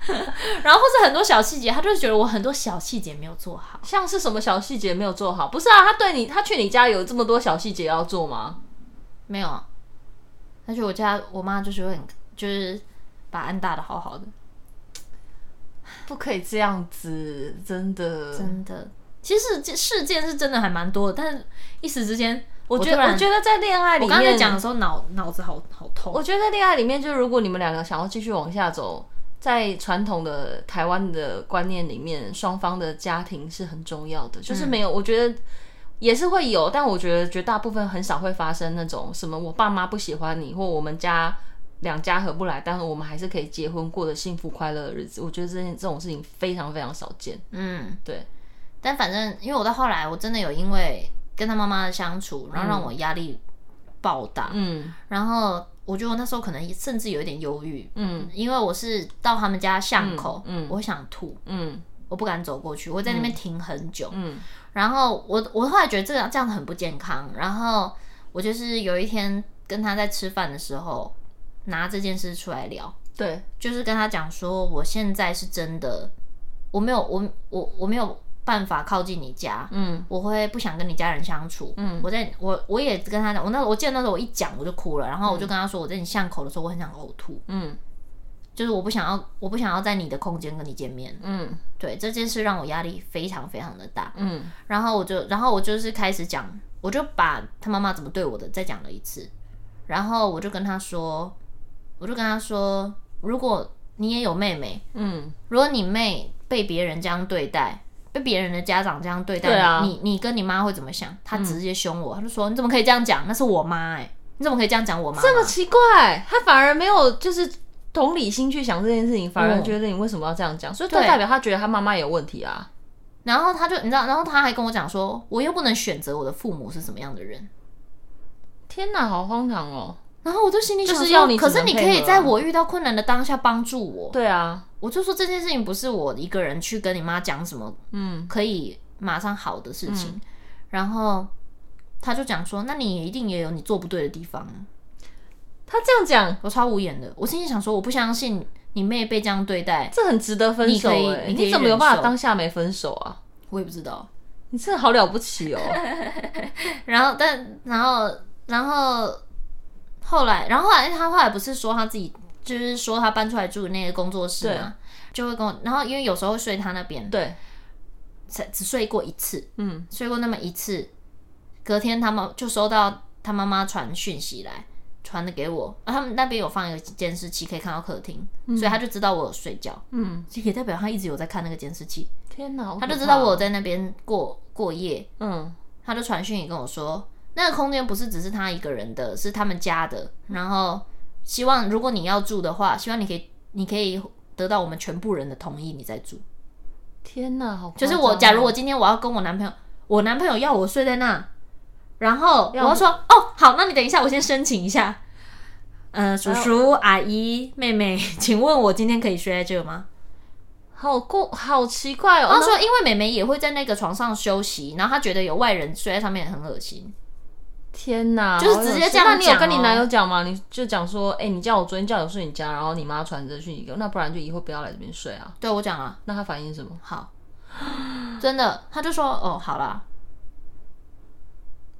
然后或是很多小细节，他就觉得我很多小细节没有做好。 像是什么小细节没有做好？不是啊，他对你，他去你家有这么多小细节要做吗？没有，啊，而且我家我妈就是会很，就是把安搭的好好的，不可以这样子，真的，真的。其实这事件是真的还蛮多的，但是一时之间，我觉突得，然我觉得在恋爱里我刚才面，讲的时候脑脑子好好痛。我觉得在恋爱里面，就如果你们两个想要继续往下走，在传统的台湾的观念里面，双方的家庭是很重要的，就是没有，我觉得。也是会有，但我觉得绝大部分很少会发生那种什么我爸妈不喜欢你，或我们家两家合不来，但是我们还是可以结婚，过得幸福快乐的日子。我觉得这件这种事情非常非常少见。嗯，对，但反正因为我到后来，我真的有因为跟他妈妈的相处，然后让我压力爆大，嗯然后我觉得我那时候可能甚至有一点忧郁，嗯因为我是到他们家巷口，嗯嗯我会想吐，嗯我不敢走过去，我在那边停很久，嗯然后我我后来觉得这样这样很不健康。然后我就是有一天跟他在吃饭的时候拿这件事出来聊，对，就是跟他讲说，我现在是真的，我没有我我我没有办法靠近你家，嗯，我会不想跟你家人相处。嗯，我在我我也跟他讲，我那我记得那时候我一讲我就哭了，然后我就跟他说，我在你巷口的时候我很想呕吐，嗯就是我不想要我不想要在你的空间跟你见面。嗯对这件事让我压力非常非常的大，嗯然后我就，然后我就是开始讲，我就把他妈妈怎么对我的再讲了一次，然后我就跟他说，我就跟他说，如果你也有妹妹，嗯，如果你妹被别人这样对待，被别人的家长这样对待，对啊嗯你你跟你妈会怎么想？他直接凶我，他就说你怎么可以这样讲？那是我妈哎、你怎么可以这样讲我妈妈？这么奇怪，他反而没有就是同理心去想这件事情，反而嗯觉得你为什么要这样讲，所以这对代表他觉得他妈妈有问题啊。然后他就你知道，然后他还跟我讲说，我又不能选择我的父母是什么样的人。天哪，好荒唐哦！然后我就心里想说，就是要你可是只能你可配以合啊在我遇到困难的当下帮助我。对啊，我就说这件事情不是我一个人去跟你妈讲什么嗯可以马上好的事情，然后他就讲说，那你一定也有你做不对的地方啊。他这样讲，我超无言的，我心里想说，我不相信你妹被这样对待，这很值得分手你可以哎、你可以你怎么有办忍受法当下没分手啊？我也不知道。 你真的好了不起哦！然后，但然后然后后来，然后后来他后来不是说他自己就是说他搬出来住的那个工作室嘛，就会跟我，然后因为有时候会睡他那边，对，才只睡过一次，嗯睡过那么一次，隔天他们就收到他妈妈传讯息来，传的给我。啊、他们那边有放一个监视器，可以看到客厅，所以他就知道我有睡觉，嗯，也代表他一直有在看那个监视器，天哪，他就知道我有在那边过过夜，嗯他就传讯也跟我说，那个空间不是只是他一个人的，是他们家的，然后希望如果你要住的话，希望你可以你可以得到我们全部人的同意，你再住。天哪，好夸就张哦是我，假如我今天我要跟我男朋友，我男朋友要我睡在那，然后我要说哦，好，那你等一下，我先申请一下。呃，叔叔、阿姨、妹妹， 请问我今天可以睡在这吗？好过好奇怪哦，他那说，因为妹妹也会在那个床上休息，然后她觉得有外人睡在上面很恶心。天哪，就是好有直接趣这样那你有讲跟你哦男友讲吗？你就讲说，哎、你叫我昨天叫我睡你家，然后你妈传这讯息给我，那不然就以后不要来这边睡啊。对我讲了，那他反应是什么？好， 真的，他就说哦，好啦，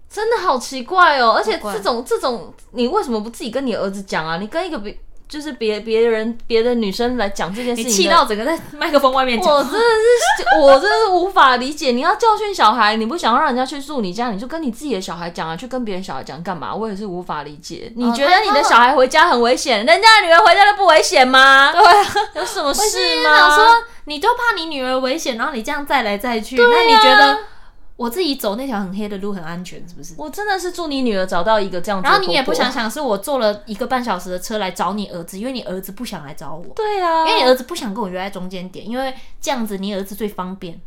真的好奇怪哦，而且好怪这种这种，你为什么不自己跟你儿子讲啊？你跟一个别就是别别人别的女生来讲这件事你情，气到整个在麦克风外面我讲真。的是， 我真的是无法理解。你要教训小孩，你不想让人家去住你家，你就跟你自己的小孩讲啊，去跟别人小孩讲干嘛？我也是无法理哦解。你觉得你的小孩回家很危险，人家的女儿回家都不危险吗？对啊， 有什么事我吗？想说，你就怕你女儿危险，然后你这样再来再去，那你觉得我自己走那条很黑的路很安全，是不是？我真的是祝你女儿找到一个这样子的然后你也婆不婆想。想，是我坐了一个半小时的车来找你儿子，因为你儿子不想来找我，对啊，因为你儿子不想跟我约在中间点，因为这样子你儿子最方便，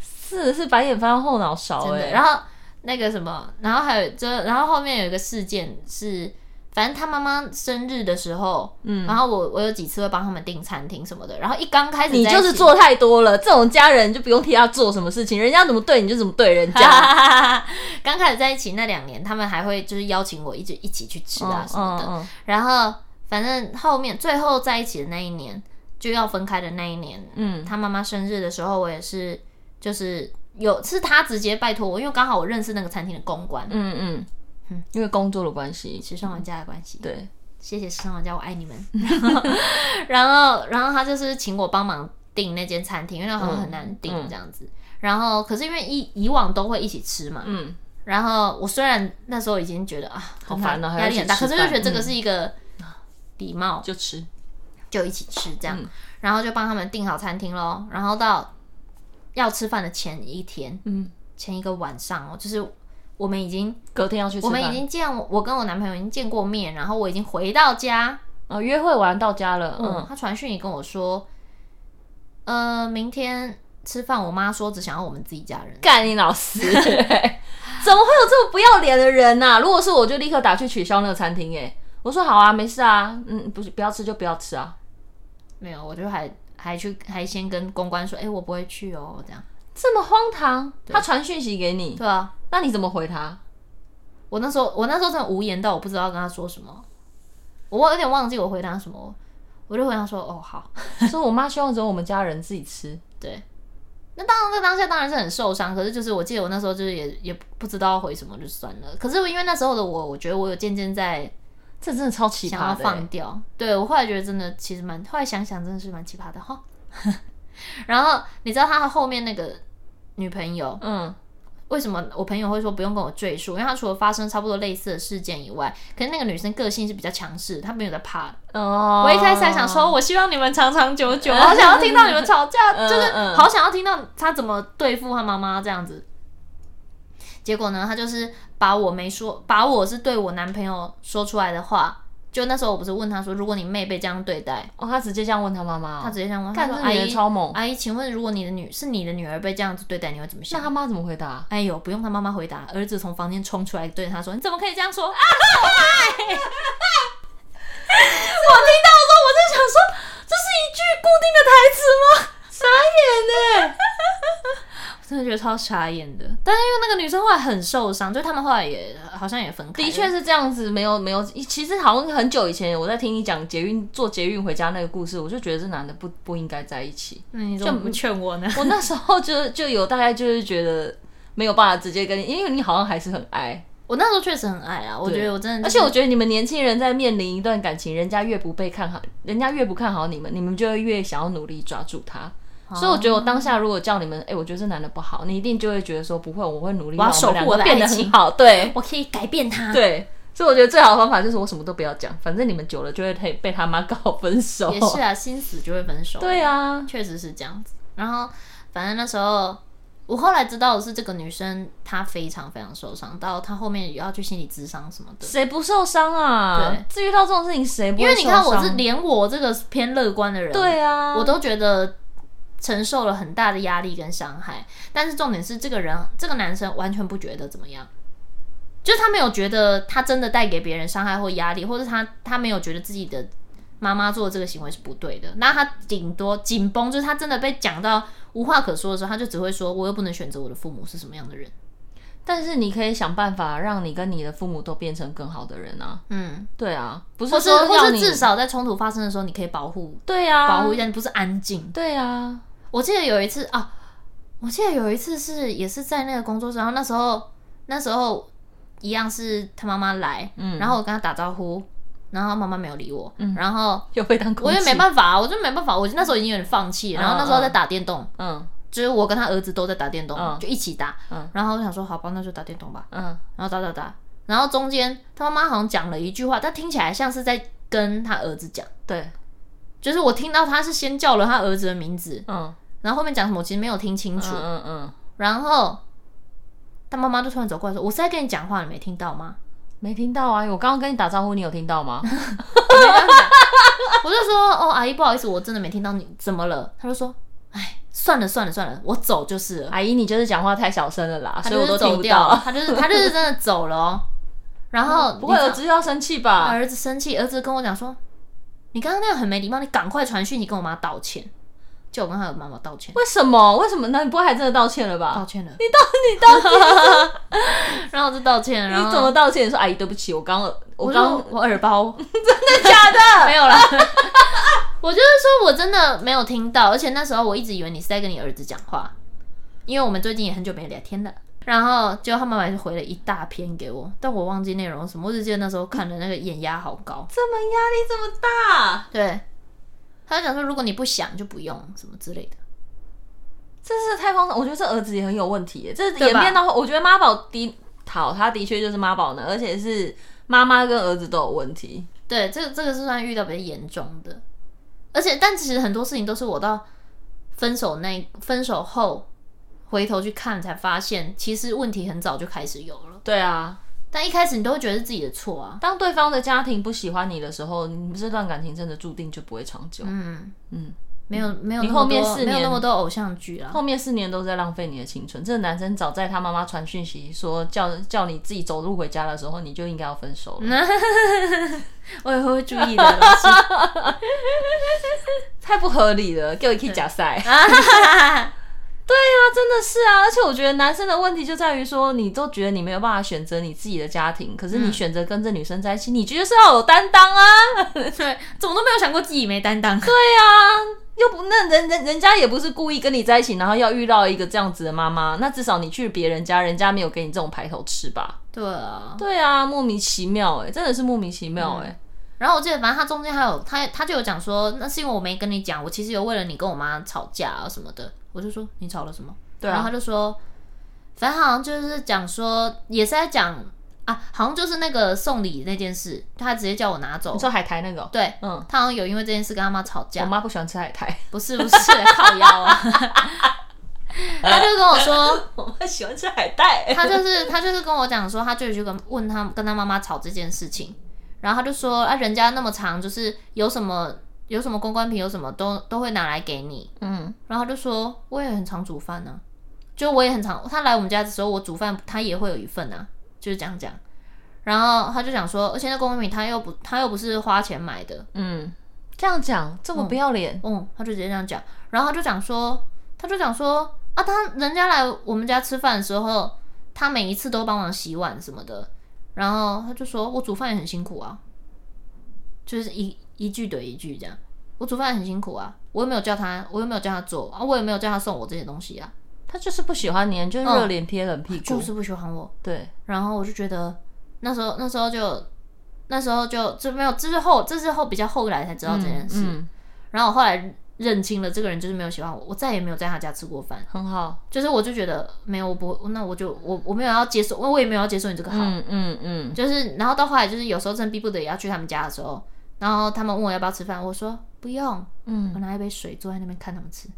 是是白眼翻到后脑勺真哎、的。欸。然后那个什么，然后还有这，然后后面有一个事件是，反正他妈妈生日的时候，嗯，然后我我有几次会帮他们订餐厅什么的，然后一刚开始你在就一是起做太多了，这种家人就不用替他做什么事情，人家怎么对你就怎么对 人家。嗯 刚开始在一起那两年，他们还会就是邀请我一直一起去吃啊什么的。嗯嗯然后反正后面最后在一起的那一年，就要分开的那一年，嗯他妈妈生日的时候，我也是就是有是他直接拜托我，因为刚好我认识那个餐厅的公关，嗯嗯嗯，因为工作的关系，时尚玩家的关系。对，谢谢时尚玩家，我爱你们。 然后，然后，然后他就是请我帮忙订那间餐厅，因为那好像很难订嗯嗯这样子。然后，可是因为以以往都会一起吃嘛，嗯，然后我虽然那时候已经觉得啊，好很大烦哦还要压力很大，一起可吃是就觉得这个是一个礼貌，就吃。就一起吃这样，嗯然后就帮他们订好餐厅咯，然后到要吃饭的前一天，嗯，前一个晚上哦，就是我们已经隔天要去吃我饭，们已经见我跟我男朋友已经见过面，然后我已经回到家，哦约会完到家了，嗯，嗯，他传讯也跟我说，呃，明天吃饭，我妈说只想要我们自己家人，干你老 师，怎么会有这么不要脸的人啊呐、如果是我就立刻打去取消那个餐厅，哎，我说好啊，没事啊，嗯，不是不要吃就不要吃啊，没有，我就还还去还先跟公关说，哎、我不会去哦，这样。这么荒唐，他传讯息给你，对啊，那你怎么回 他？我那时候我那时候真的无言到我不知道跟他说什么，我有点忘记我回答什么，我就回答说哦好，说我妈希望只有我们家人自己吃，对。那当然，那当下当然是很受伤。可是就是，我记得我那时候就是也也不知道回什么，就算了。可是因为那时候的我，我觉得我有渐渐在这真的超奇想要葩的欸、放掉。对我后来觉得真的其实蛮，后来想想真的是蛮奇葩的哈。 然后你知道他后面那个女朋友嗯，为什么我朋友会说不用跟我赘述？因为他除了发生差不多类似的事件以外，可是那个女生个性是比较强势，她没有在怕。哦，我一开始还想说，我希望你们长长久 久，好想要听到你们吵架，嗯就是嗯好想要听到他怎么对付他妈妈这样子。结果呢，他就是把我没说，把我是对我男朋友说出来的话，就那时候我不是问他说，如果你妹被这样对待，哦，他直接这样问他妈妈、他哦，直接这样问，他干说这阿女的姨，超猛，阿姨，请问如果你的女是你的女儿被这样子对待，你会怎么那想？他妈怎么回答？哎呦，不用他妈妈回答，儿子从房间冲出来对他说：“你怎么可以这 样说啊？”我听到的时候，我在想说，这是一句固定的台词 吗？傻欸眼呢、真的觉得超傻眼的。但是因为那个女生后来很受伤，就他们后来也好像也分开了。的确是这样子，没有没有，其实好像很久以前我在听你讲捷运坐捷运回家那个故事，我就觉得这男的不不应该在一 起。那嗯你怎么不劝我呢？我那时候就就有大概就是觉得没有办法直接跟你，因为你好像还是很爱，我那时候确实很爱啊，我觉得我真的而就是、且我觉得你们年轻人在面临一段感情，人家越不被看好，人家越不看好你们，你们就会越想要努力抓住他。哦所以我觉得我当下如果叫你们，哎、我觉得这男的不好，你一定就会觉得说不会，我会努力我让要我们两守护我个的变得爱情很好。对我可以改变他。对，所以我觉得最好的方法就是我什么都不要讲，反正你们久了就会被被他妈告分手。也是啊，心死就会分手。对啊，确实是这样子。然后反正那时候我后来知道的是，这个女生她非常非常受伤，到她后面也要去心理咨商什么的。谁不受伤啊？对，至于到这种事情，谁不因会为你看，受我伤是连我这个偏乐观的人，对啊，我都觉得承受了很大的压力跟伤害。但是重点是，这个人这个男生完全不觉得怎么样，就是他没有觉得他真的带给别人伤害或压力，或者他他没有觉得自己的妈妈做的这个行为是不对的。那他顶多紧绷，就是他真的被讲到无话可说的时候，他就只会说：“我又不能选择我的父母是什么样的人。但是你可以想办法让你跟你的父母都变成更好的人啊。”嗯，对啊，不或是是说或要是你至少在冲突发生的时候，你可以保护对啊，保护一下，你不是安静。对啊，我记得有一次啊，我记得有一次是也是在那个工作室，然后那时候那时候一样是他妈妈来，嗯然后我跟他打招呼，然后妈妈没有理我，然后又被当我空也气，没办法啊，我就没办法，我那时候已经有点放弃，然后那时候在打电动，嗯就是我跟他儿子都在打电动，嗯就一起打，嗯然后我想说好吧，那就打电动吧，嗯然后打打打，然后中间他妈妈好像讲了一句话，但听起来像是在跟他儿子讲，对，就是我听到他是先叫了他儿子的名字，嗯然后后面讲什么我其实没有听清嗯楚。嗯嗯，然后他妈妈就突然走过来说：“我是在跟你讲话，你没听到吗 没听到啊，我刚刚跟你打招呼，你有听到吗？？”我就说：“哦，阿姨，不好意思，我真的没听到你，怎么了？”他就说：“哎，算了算了算了，我走就是了。阿姨，你就是讲话太小声了啦，”他啊所以我就是都听走不掉了到。，他就是他就是真的走了 哦。然后嗯不会，你知哦儿道子又要生气吧？儿子生气，儿子跟我讲说：“你刚刚那样很没礼貌，你赶快传讯息跟我妈道歉。”就我跟他的妈妈道歉，为什么？为什么呢？你不会还真的道歉了吧道？歉了，你道歉， 然后我就道歉，然后你怎么道歉？你说阿姨对不起，我刚我我刚 刚哎我耳包。假 的，没有啦。我就是说我真的没有听到，而且那时候我一直以为你是在跟你儿子讲话，因为我们最近也很久没聊天了。然后结果他妈妈就回了一大篇给我，但我忘记内容是什么，我只记得那时候看的那个眼压好高。这么压力这么大，对，他就讲说如果你不想就不用什么之类的。这是太荒唐。我觉得这儿子也很有问题耶，这对吧演变到我觉得妈宝的讨他的确就是妈宝男，而且是妈妈跟儿子都有问题。对，这个这个是算遇到比较严重的，而且但其实很多事情都是我到分手那分手后回头去看才发现，其实问题很早就开始有了。对啊，但一开始你都会觉得是自己的错啊。当对方的家庭不喜欢你的时候，你这段感情真的注定就不会长久。嗯嗯，没有没有你那么后面多四没有那年么多偶像剧啊啦。后面四年都在浪费你的青春。这个男生早在他妈妈传讯息说叫叫你自己走路回家的时候，你就应该要分手了。嗯我以后会注意的，老师。太不合理了，给我一起假赛。真的是啊，而且我觉得男生的问题就在于说，你都觉得你没有办法选择你自己的家庭，可是你选择跟这女生在一起，你觉得是要有担当啊？ 对，怎么都没有想过自己没担当。对啊，又不那人人人家也不是故意跟你在一起，然后要遇到一个这样子的妈妈，那至少你去别人家，人家没有给你这种排头吃吧？对啊，对啊，莫名其妙哎、真的是莫名其妙哎、然后我记得，反正他中间还有他，他就有讲说，那是因为我没跟你讲，我其实有为了你跟我妈吵架啊什么的。我就说你吵了什么？对啊然后他就说，反正好像就是讲说，也是在讲啊，好像就是那个送礼那件事，他直接叫我拿走你。说海苔那个哦、对，嗯，他好像有因为这件事跟他妈吵架我。妈不喜欢吃海苔，不是不是，靠腰啊。他就跟我说， 我妈喜欢吃海带、他就是他就是跟我讲说，他就有去跟问他跟他妈妈吵这件事情，然后他就说啊，人家那么长，就是有什么有什么公关品，有什么都都会拿来给你，嗯，然后他就说我也很常煮饭呢、就我也很常，他来我们家的时候，我煮饭他也会有一份啊，就是这样讲。然后他就讲说，而且那公关品他又不他又不是花钱买的，嗯，这样讲这么不要脸，嗯，他就直接这样讲，然后他就讲说，他就讲说啊，他人家来我们家吃饭的时候，他每一次都帮忙洗碗什么的，然后他就说我煮饭也很辛苦啊，就是一一句怼一句这样，我煮饭也很辛苦啊，我又没有叫他，我又没有叫他做啊，我也没有叫他送我这些东西啊，她就是不喜欢你，就是热脸贴冷屁股，就是不喜欢我，对，然后我就觉得那时候那时候就那时候就就没有，这是后这是后比较后来才知道这件事，嗯，然后我后来认清了这个人就是没有喜欢我，我再也没有在他家吃过饭。很好，就是我就觉得没有，我不，那我就我我没有要接受，我我也没有要接受你这个好。嗯嗯嗯，就是然后到后来就是有时候真的逼不得已要去他们家的时候，然后他们问我要不要吃饭，我说不用，嗯，我拿一杯水坐在那边看他们吃，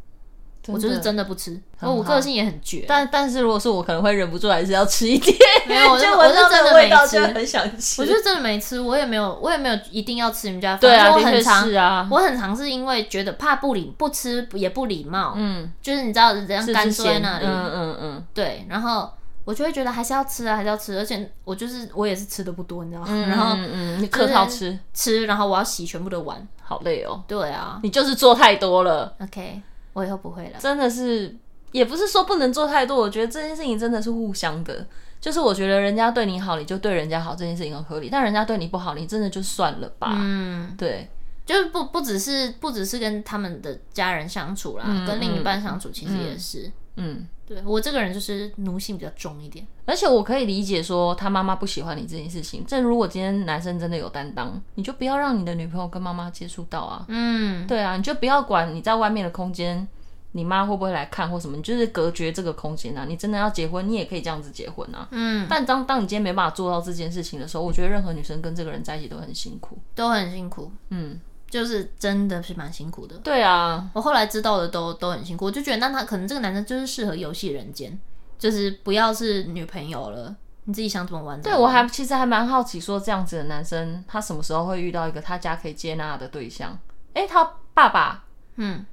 我我就是真的不吃，我我个性也很绝，但但是如果是我，可能会忍不住还是要吃一 点， 没有我是就闻到我是真的那个味道没吃就很想吃。我就是真的没吃，我也没有我也没有一定要吃你们家的饭，对啊，我的确很常是啊，我很常是因为觉得怕不礼不吃也不礼貌，嗯，就是你知道人家是干之坐在前，那里，嗯嗯嗯对，然后我就会觉得还是要吃啊，还是要吃，而且我就是我也是吃的不多，你知道吗？嗯，然后嗯嗯，你客套吃，吃，然后我要洗全部的碗。好累哦，对啊你就是做太多了， ，OK，我以后不会了。真的是，也不是说不能做太多，我觉得这件事情真的是互相的。就是我觉得人家对你好，你就对人家好，这件事情很合理；但人家对你不好，你真的就算了吧。嗯，对，就是不不只是不只是跟他们的家人相处啦，嗯跟另一半相处其实也是。嗯，对我这个人就是奴性比较重一点。而且我可以理解说他妈妈不喜欢你这件事情。正如果今天男生真的有担当，你就不要让你的女朋友跟妈妈接触到啊。嗯，对啊，你就不要管你在外面的空间，你妈会不会来看或什么，你就是隔绝这个空间啊。你真的要结婚，你也可以这样子结婚啊。嗯，但当当你今天没办法做到这件事情的时候，我觉得任何女生跟这个人在一起都很辛苦。都很辛苦，嗯，就是真的是蛮辛苦的。对啊，我后来知道的都都很辛苦，我就觉得那他可能这个男生就是适合游戏人间，就是不要是女朋友了，你自己想怎么玩怎对么玩。我还其实还蛮好奇，说这样子的男生，他什么时候会遇到一个他家可以接纳的对象？诶，他爸爸嗯，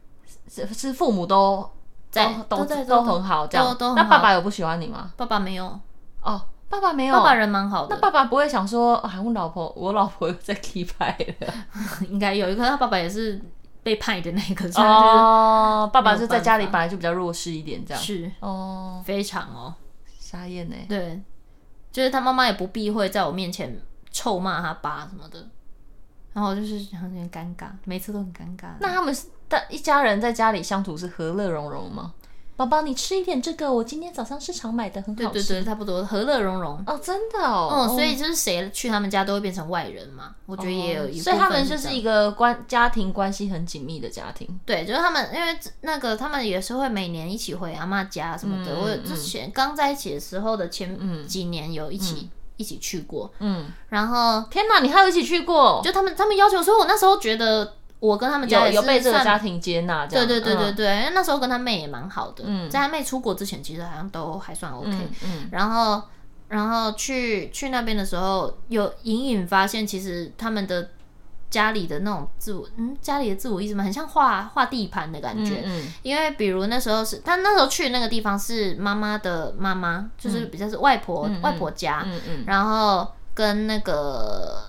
是是父母都在都都在都都很好，这样都都很那好爸爸有不喜欢你吗？爸爸没有，哦，爸爸没有，爸爸人蛮好那的，爸爸不会想说，啊，我老婆我老婆又在 K 牌 了。应该有一个他爸爸也是被派的那个，所以他哦，爸爸没就有在办家里法本来就比较弱势一点，这就样是是哦，非常哦，傻眼呢。欸对，就是他妈妈也不避讳在我面前臭骂他爸什么的，然后就是有点尴尬，每次都很尴尬。那他们是但一家人在家里相处是和乐融融吗？宝宝，你吃一点这个，我今天早上市场买的，很对好对吃。对，差不多和乐融融。哦，真的哦，哦，所哦以就是谁去他们家都会变成外人嘛，我觉得也有一部分这所以样、他们就是一个关家庭关系很紧密的家庭。对，就是他们因为那个他们也是会每年一起回阿妈家什么的。嗯我嗯之前刚在一起的时候的前嗯几年有一起、一起去过，嗯，然后天哪，你还有一起去过？就他们他们要求，所以我那时候觉得我跟他们家有也是有被这个算家庭接纳，这对样对对对嗯对，因为那时候跟他妹也蛮好的，嗯在他妹出国之前，其实好像都还算 OK、嗯嗯然后，然后去去那边的时候，有隐隐发现，其实他们的家里的那种自我，嗯，家里的自我意识嘛，很像画画地盘的感觉。嗯嗯因为比如那时候是，但那时候去那个地方是妈妈的妈嗯妈，就是比较是外婆、外婆家，嗯嗯，然后跟那个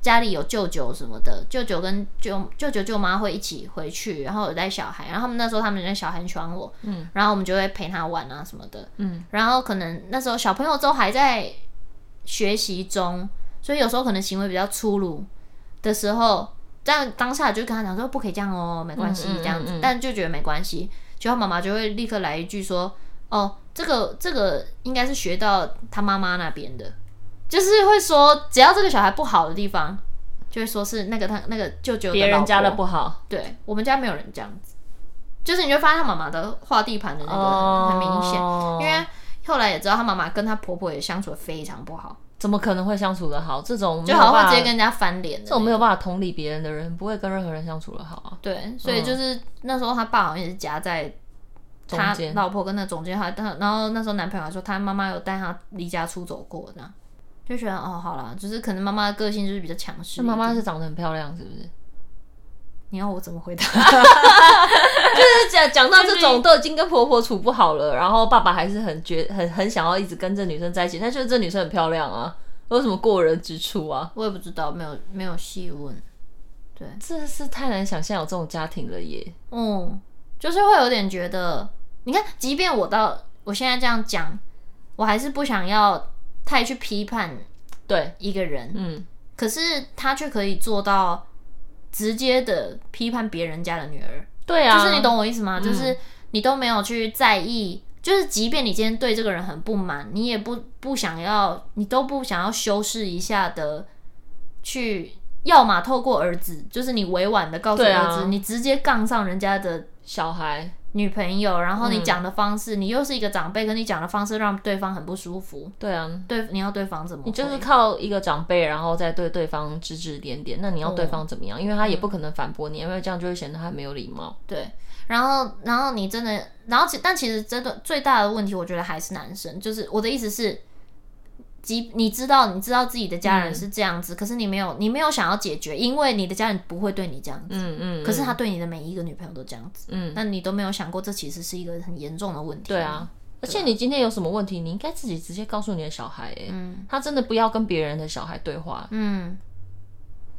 家里有舅舅什么的，舅舅跟舅舅舅舅妈会一起回去，然后有带小孩，然后他们那时候他们家小孩很喜欢我，嗯，然后我们就会陪他玩啊什么的，嗯，然后可能那时候小朋友都还在学习中，所以有时候可能行为比较粗鲁的时候，但当下就跟他讲说不可以这样哦，没关系嗯嗯嗯这样子，嗯但就觉得没关系，结果妈妈就会立刻来一句说，哦，这个这个应该是学到他妈妈那边的。就是会说，只要这个小孩不好的地方，就会说是那个他那个舅舅别人家的的老婆，不好，对我们家没有人这样子，就是你会发现他妈妈的画地盘的那个很,、很明显，哦因为后来也知道他妈妈跟他婆婆也相处的非常不好，怎么可能会相处的好？这种就好像像会直接跟人家翻脸的那这种没有办法同理别人的人，不会跟任何人相处的好啊。对，所以就是那时候他爸好像也是夹在中他间老婆跟那中间，他他然后那时候男朋友还说他妈妈有带他离家出走过这样。就觉得哦，好啦，就是可能妈妈的个性就是比较强势那一点。妈妈是长得很漂亮，是不是？你要我怎么回 答？就是讲讲到这种都已经跟婆婆处不好了，然后爸爸还是很觉很很想要一直跟这女生在一起，他觉得这女生很漂亮啊，有什么过人之处啊？我也不知道，没有没有细问。对，真的是太难想象有这种家庭了耶！嗯，就是会有点觉得，你看，即便我到我现在这样讲，我还是不想要太去批判对，一个人，嗯，可是他却可以做到直接的批判别人家的女儿，对啊，就是你懂我意思吗？就是你都没有去在意。就是，即便你今天对这个人很不满，你也不不想要，你都不想要修饰一下的，去，要么透过儿子，就是你委婉的告诉对啊儿子，你直接杠上人家的小孩，女朋友，然后你嗯讲的方式，你又是一个长辈，跟你讲的方式让对方很不舒服，对啊，对，你要对方怎么回？你就是靠一个长辈，然后再对对方指指点点，那你要对方怎么嗯样？因为他也不可能反驳你，因为这样就会显得他没有礼貌。对，然后然后你真的，然后其但其实真的最大的问题，我觉得还是男生，就是我的意思是。即你知道，你知道自己的家嗯人是这样子，可是你没有，你没有想要解决，因为你的家人不会对你这样子，嗯嗯，可是他对你的每一个女朋友都这样子，嗯，那你都没有想过，这其实是一个很严重的问题。对啊，，而且你今天有什么问题，你应该自己直接告诉你的小孩、欸，嗯他真的不要跟别人的小孩对话，嗯，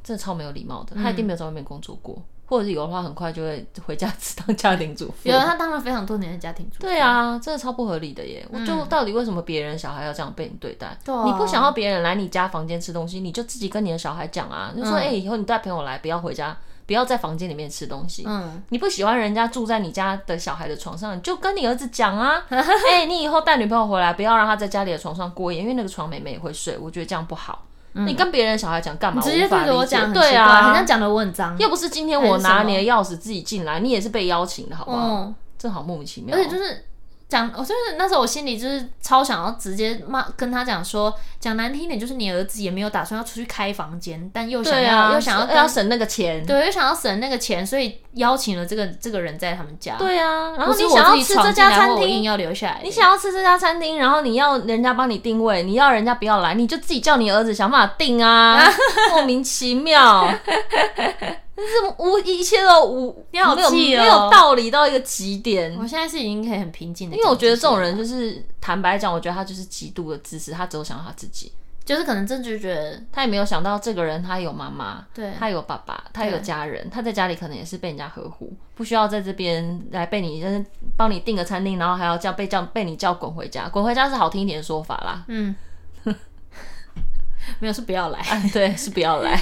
真的超没有礼貌的。他一定没有在外面工作过，或者是有的话，很快就会回家只当家庭主妇有。人他当了非常多年的家庭主妇，对啊，真的超不合理的耶！我嗯就到底为什么别人小孩要这样被你对待？对啊你不想要别人来你家房间吃东西，你就自己跟你的小孩讲啊，嗯就说哎、欸以后你带朋友来，不要回家，不要在房间里面吃东西。嗯，你不喜欢人家住在你家的小孩的床上，你就跟你儿子讲 啊，哎、你以后带女朋友回来，不要让她在家里的床上过夜，因为那个床妹妹也会睡，我觉得这样不好。你跟别人小孩讲干嘛？嗯直接无法对着我理解讲，对啊，好像讲的我很脏，又不是今天我拿你的钥匙自己进来，你也是被邀请的，好不好？嗯，正好莫名其妙而。且就是讲，我就是那时候我心里就是超想要直接骂跟他讲说，讲难听一点就是你儿子也没有打算要出去开房间，但又想对要、啊，又想要要跟省那个钱。对又想要省那个钱，所以邀请了这个这个人在他们家，，对啊，然然后后你你想想要要吃吃这这家家餐餐厅，硬厅，要留下来，你想要吃这家餐厅，然后你要人家帮你定位，你要人家不要来，你就自己叫你儿子想办法 定啊，莫名其妙，这无一切都无你好没有气哦没有道理到一个极点。我现在是已经可以很平静的，因为我觉得这种。人就是坦白讲，我觉得他就是极度的自私，他只有想到他自己，就是可能真的就觉得，他也没有想到这个人他有妈妈，对，他有爸爸，他有家人，他在家里可能也是被人家呵护，不需要在这边来被你就是帮你订个餐厅，然后还要叫被叫被你叫滚回家，滚回家是好听一点的说法啦 嗯，没有是不要来，对，是不要来，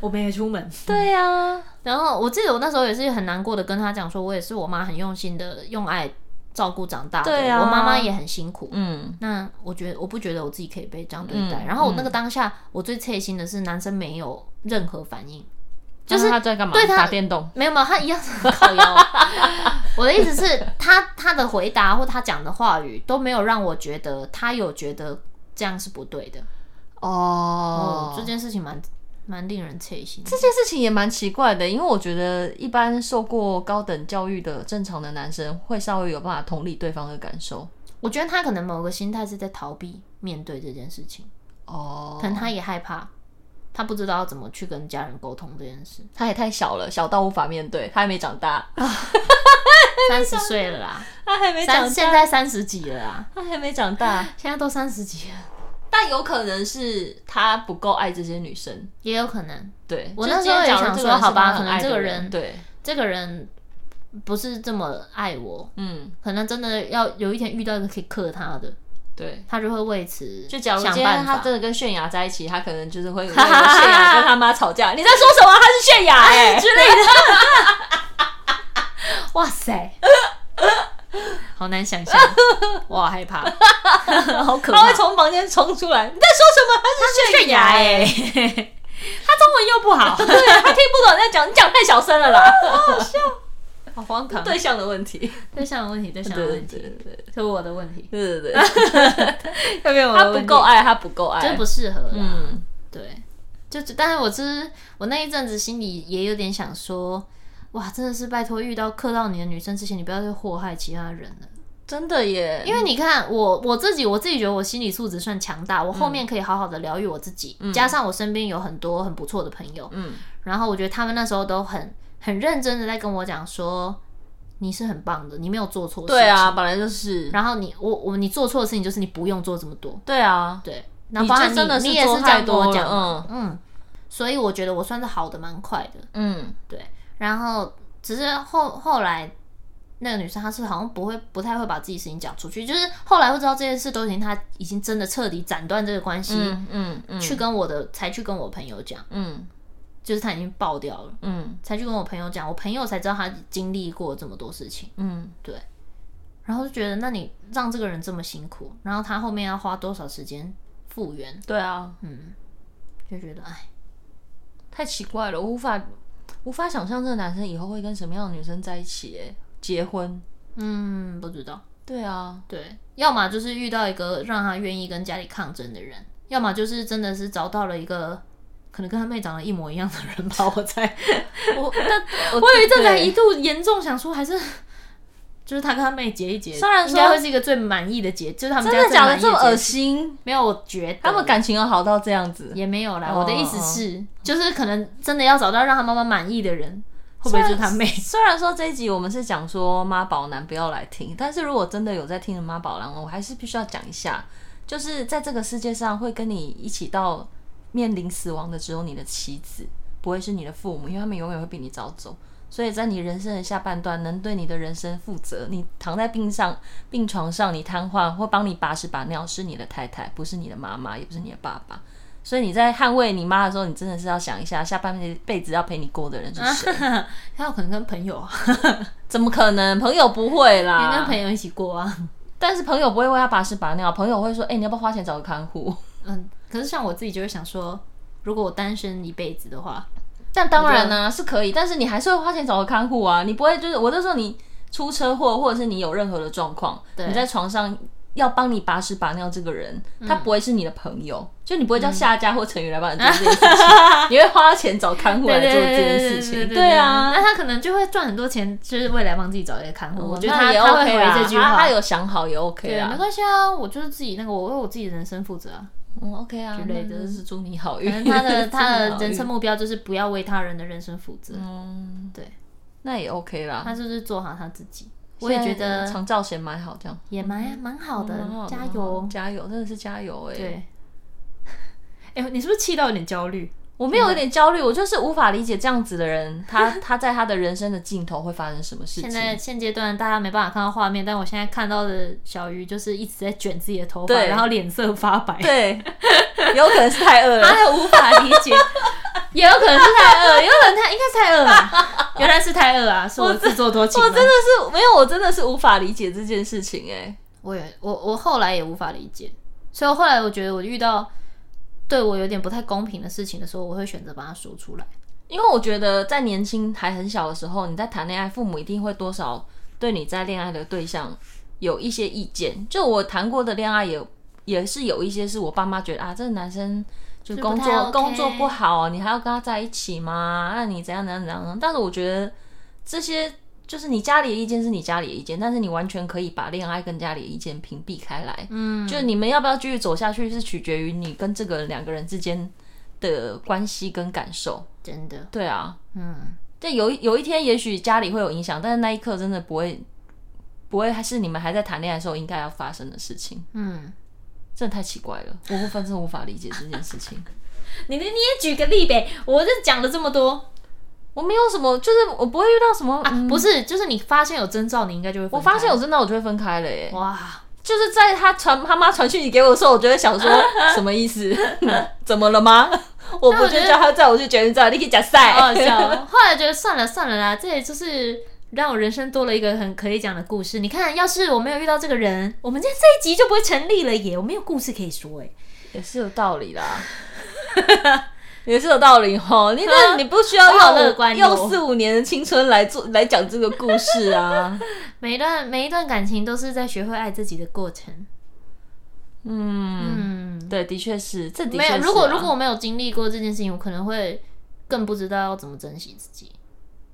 我没出门。对呀、然后我记得我那时候也是很难过的跟他讲说，我也是我妈很用心的用爱照顾长大的，对啊我妈妈也很辛苦。嗯，那我觉得我不觉得我自己可以被这样对待。嗯然后我那个当下，我最切心的是男生没有任何反 应，就那是他在干嘛？对他打电动，没有嘛，他一样是靠腰。我的意思是，他 他的回答或他讲的话语都没有让我觉得他有觉得这样是不对的。哦哦，这件事情蛮蛮令人切心的。这件事情也蛮奇怪的，因为我觉得一般受过高等教育的正常的男生会稍微有办法同理对方的感受。我觉得他可能某个心态是在逃避面对这件事情。哦，可能他也害怕，他不知道怎么去跟家人沟通这件事。他也太小了，小到无法面对，他还没长 大，三十岁了啦，他还没三长现大，在三十几了啦，他还没长大，现在都三十几了，但有可能是他不够爱这些女生。也有可能。对，我就那是时候今也天假如想这说个人是好吧他可很能爱这的个人人对，这个人不是这么爱我，嗯，可能真的要有一天遇到一个可以克他的，对。他就会为此就假如今想天办他法。真的跟泫雅在一起，他可能就是会为了泫雅跟他妈吵架。你在说什么？他是泫雅哎、之类的。哇塞，好难想象， 我好害 怕，好可他怕会。从房间冲出来。你在说什么？他是泫雅哎、他中文又不好，对他听不懂你在讲，你讲太小声了啦。好荒唐。对象的问题，对象的问题，对象的对对问题，对对是我的问题，对对，要不他不够，爱，他不够爱，真不适合。嗯，嗯，对，就但是我之我那一阵子心里也有点想说，哇，真的是拜托遇到克到你的女生之前，你不要去祸害其他人了。真的耶，因为你看我我自己，我自己觉得我心理素质算强大，我后面可以好好的疗愈我自己，加上我身边有很多很不错的朋友，嗯然后我觉得他们那时候都很很认真的在跟我讲说，你是很棒的，你没有做错事，对，啊，本来就是，然后你我我你做错的事情就是你不用做这么多，对啊，对，那包含就你真的是你也是做这样太跟我多讲了，嘛，嗯嗯，所以我觉得我算是好的蛮快的，嗯，对，然后只是后后来那个女生她是好像不会不太会把自己事情讲出去，就是后来会知道这件事都已经她已经真的彻底斩断这个关系，嗯嗯嗯，去跟我的才去跟我朋友讲，嗯就是她已经爆掉了，嗯才去跟我朋友讲，我朋友才知道她经历过这么多事情，嗯，然后就觉得那你让这个人这么辛苦，然后她后面要花多少时间复原，对啊，嗯，就觉得哎，太奇怪了，我无法无法想象这个男生以后会跟什么样的女生在一起，哎，结婚，嗯，不知道。对啊，对，要么就是遇到一个让他愿意跟家里抗争的人，要么就是真的是找到了一个可能跟他妹长得一模一样的人吧。我 猜，我但 我我有一阵子还对一度严重想说，还是就是他跟他妹结一结，虽然应说该会是一个最满意的结，就是他们真的家假的最这么满意恶的结。心？没有，我觉得他们感情有好到这样子？也没有啦。哦我的意思是，就是可能真的要找到让他妈妈满意的人，会不会就是他妹？ 虽然说这一集我们是讲说妈宝男不要来听，但是如果真的有在听的妈宝男，我还是必须要讲一下，就是在这个世界上会跟你一起到面临死亡的只有你的妻子，不会是你的父母，因为他们永远会比你早走。所以在你人生的下半段，能对你的人生负责，你躺在病上、病床上，你瘫痪或帮你把屎把尿，是你的太太，不是你的妈妈，也不是你的爸爸。所以你在捍卫你妈的时候，你真的是要想一下，下半辈子要陪你过的人是谁。他有可能跟朋友啊，怎么可能？朋友不会也跟啦，朋友一起过啊。但是朋友不会为他把屎把尿，朋友会说：“哎、你要不要花钱找个看护嗯，可是像我自己就会想说，如果我单身一辈子的话，？”但当然呢、是可以，但是你还是会花钱找个看护啊，你不会就是我就说你出车祸，或者是你有任何的状况，你在床上要帮你把屎把尿这个人，他不会是你的朋友，就你不会叫下家或成员来帮你做这件事情，你会花钱找看护来做这件事情，对啊。那他可能就会赚很多钱，就是未来帮自己找一个看护。我觉得那他也他会 OK 啊，回这句话，他他有想好也 OK 对啊没，关系啊，我就是自己那个，我为我自己的人生负责啊。嗯 OK 啊，之类的那就是祝你好反正运。他的祝你他的好人运生目标就是不要为他人的人生负责，嗯，对，那也 OK 啦。他就是做好他自己。我也觉现在得长照险买好这样，也蛮蛮好的蛮好，的加蛮好油！加油，真的是加油哎、对，哎，你是不是气到有点焦虑？我没有一点焦虑，我就是无法理解这样子的 人，他他在他的人生的尽头会发生什么事现情。在现阶段大家没办法看到画面，但我现在看到的小鱼就是一直在卷自己的头发，对然后脸色发白， 对，有可能是太饿了。他也无法理解，也有可能是太饿，有可能他应该是太饿了，原来是太饿啊，是我自作多情吗。 我真的是没有，我真的是无法理解这件事情哎、我也我我后来也无法理解，所以后来我觉得我遇到对我有点不太公平的事情的时候，我会选择把它说出来。因为我觉得在年轻还很小的时候，你在谈恋爱，父母一定会多少对你在恋爱的对象有一些意见。就我谈过的恋爱也也是有一些是我爸妈觉得啊，这个男生就工是不太作、 OK 工作不好，你还要跟他在一起吗？那、你怎样怎样怎样？但是我觉得这些就是你家里的意见是你家里的意见，但是你完全可以把恋爱跟家里的意见屏蔽开来。嗯，就你们要不要继续走下去，是取决于你跟这个人两个人之间的关系跟感受。真的，对啊，嗯，但有一有一天，也许家里会有影响，但是那一刻真的不会，不会还是你们还在谈恋爱的时候应该要发生的事情。嗯，真的太奇怪了，我无法真的无法理解这件事情。 你你你也举个例呗，我这讲了这么多我没有什么，就是我不会遇到什么，啊，嗯不是，就是你发现有征兆，你应该就会分开。我发现我真的我就会分开了耶。哇，就是在他传他妈传讯息给我的时候，我就会想说 什么意思？ 怎么了吗？ 我不我觉就得叫他载我去捷运站，你可以假赛。好好笑哦。后来觉得算了算了啦，这也就是让我人生多了一个很可以讲的故事。你看，要是我没有遇到这个人，我们今天这一集就不会成立了耶，我没有故事可以说哎。也是有道理啦， 也是有道理吼。你啊 那你不需要 我好用乐观哟用四五年的青春来做来讲这个故事啊。每一段每一段感情都是在学会爱自己的过程。 嗯，嗯，对，的确是，这的确没是啊、有。如果如果我没有经历过这件事情，我可能会更不知道要怎么珍惜自己。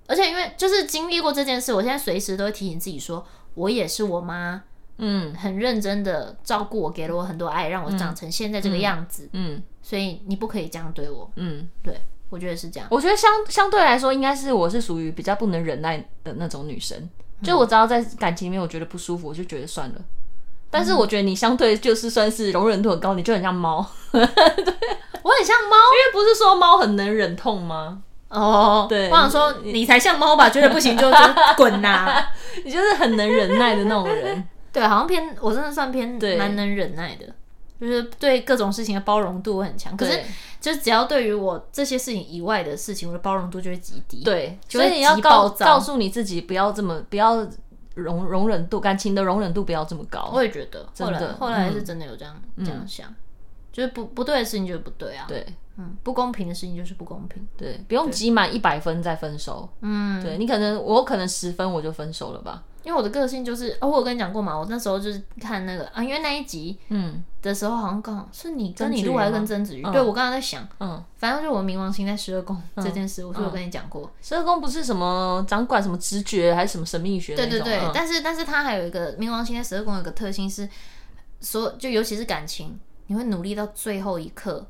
而且因为就是经历过这件事，我现在随时都会提醒自己说，我也是我妈嗯很认真的照顾我，给了我很多爱，让我长成现在这个样子。嗯所以你不可以这样对我。嗯，对，我觉得是这样。我觉得相相对来说，应该是我是属于比较不能忍耐的那种女生。就我只要在感情里面我觉得不舒服，我就觉得算了。但是我觉得你相对就是算是容忍度很高，你就很像 猫，我很像猫因为不是说猫很能忍痛吗？哦，对我想说你才像猫吧，觉得不行就 就滚呐、 你就是很能忍耐的那种 人。 对，好像偏我真的算偏对蛮能忍耐的，就是对各种事情的包容度我很强。可是对就是只要对于我这些事情以外的事情，我的包容度就会极低。，对，就所会以你要急告暴躁告诉你自己，不要这么，不要容容忍度，感情的容忍度不要这么高。我也觉得。后真的来后来嗯是真的有这样、这样想，就是不不对的事情就是不对啊。，对嗯，不公平的事情就是不公平。对，不用积满一百分再分手。嗯，对你可能我可能十分我就分手了吧。因为我的个性就是，哦，我有跟你讲过嘛，我那时候就是看那个啊，因为那一集嗯的时候好像刚好是你跟曾你子录瑜还是跟吗曾子瑜，对我刚刚在想，嗯，反正就我冥王星在十二宫这件事，我是有跟你讲过。十二宫不是什么掌管什么直觉还是什么神秘学那对种？对对，嗯但是但是它还有一个冥王星在十二宫有个特性是，所就尤其是感情，你会努力到最后一刻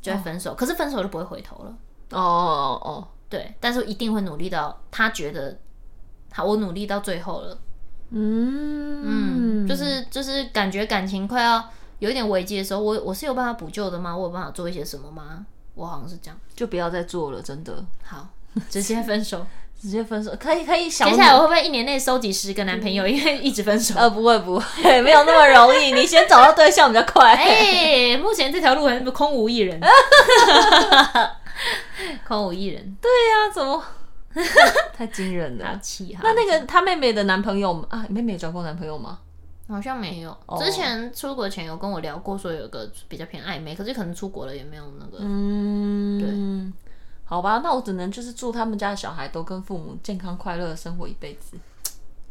就会分手，可是分手就不会回头了。哦哦哦哦，对，但是我一定会努力到他觉得好，我努力到最后了。嗯嗯，就是就是感觉感情快要有一点危机的时候，我我是有办法补救的吗？我有办法做一些什么吗？我好像是这样。就不要再做了，真的，好，直接分 手。直接分手可以可以小接努下来我会不嗯会一年内收集十个男朋友，因为一直分手？呃不会不会 没有那么容易，你先找到对象比较快。 哎、目前这条路还是空无一 人，空无一人，对，那 怎么 太惊人好了？气哈。那那个她妹妹的男朋友吗啊，妹妹有交过男朋友吗？好像没有，之前出国前有跟我聊过，说有一个比较偏暧昧，可是可能出国了也没有那个。嗯，对。好吧，那我只能就是祝他们家的小孩都跟父母健康快乐的生活一辈子。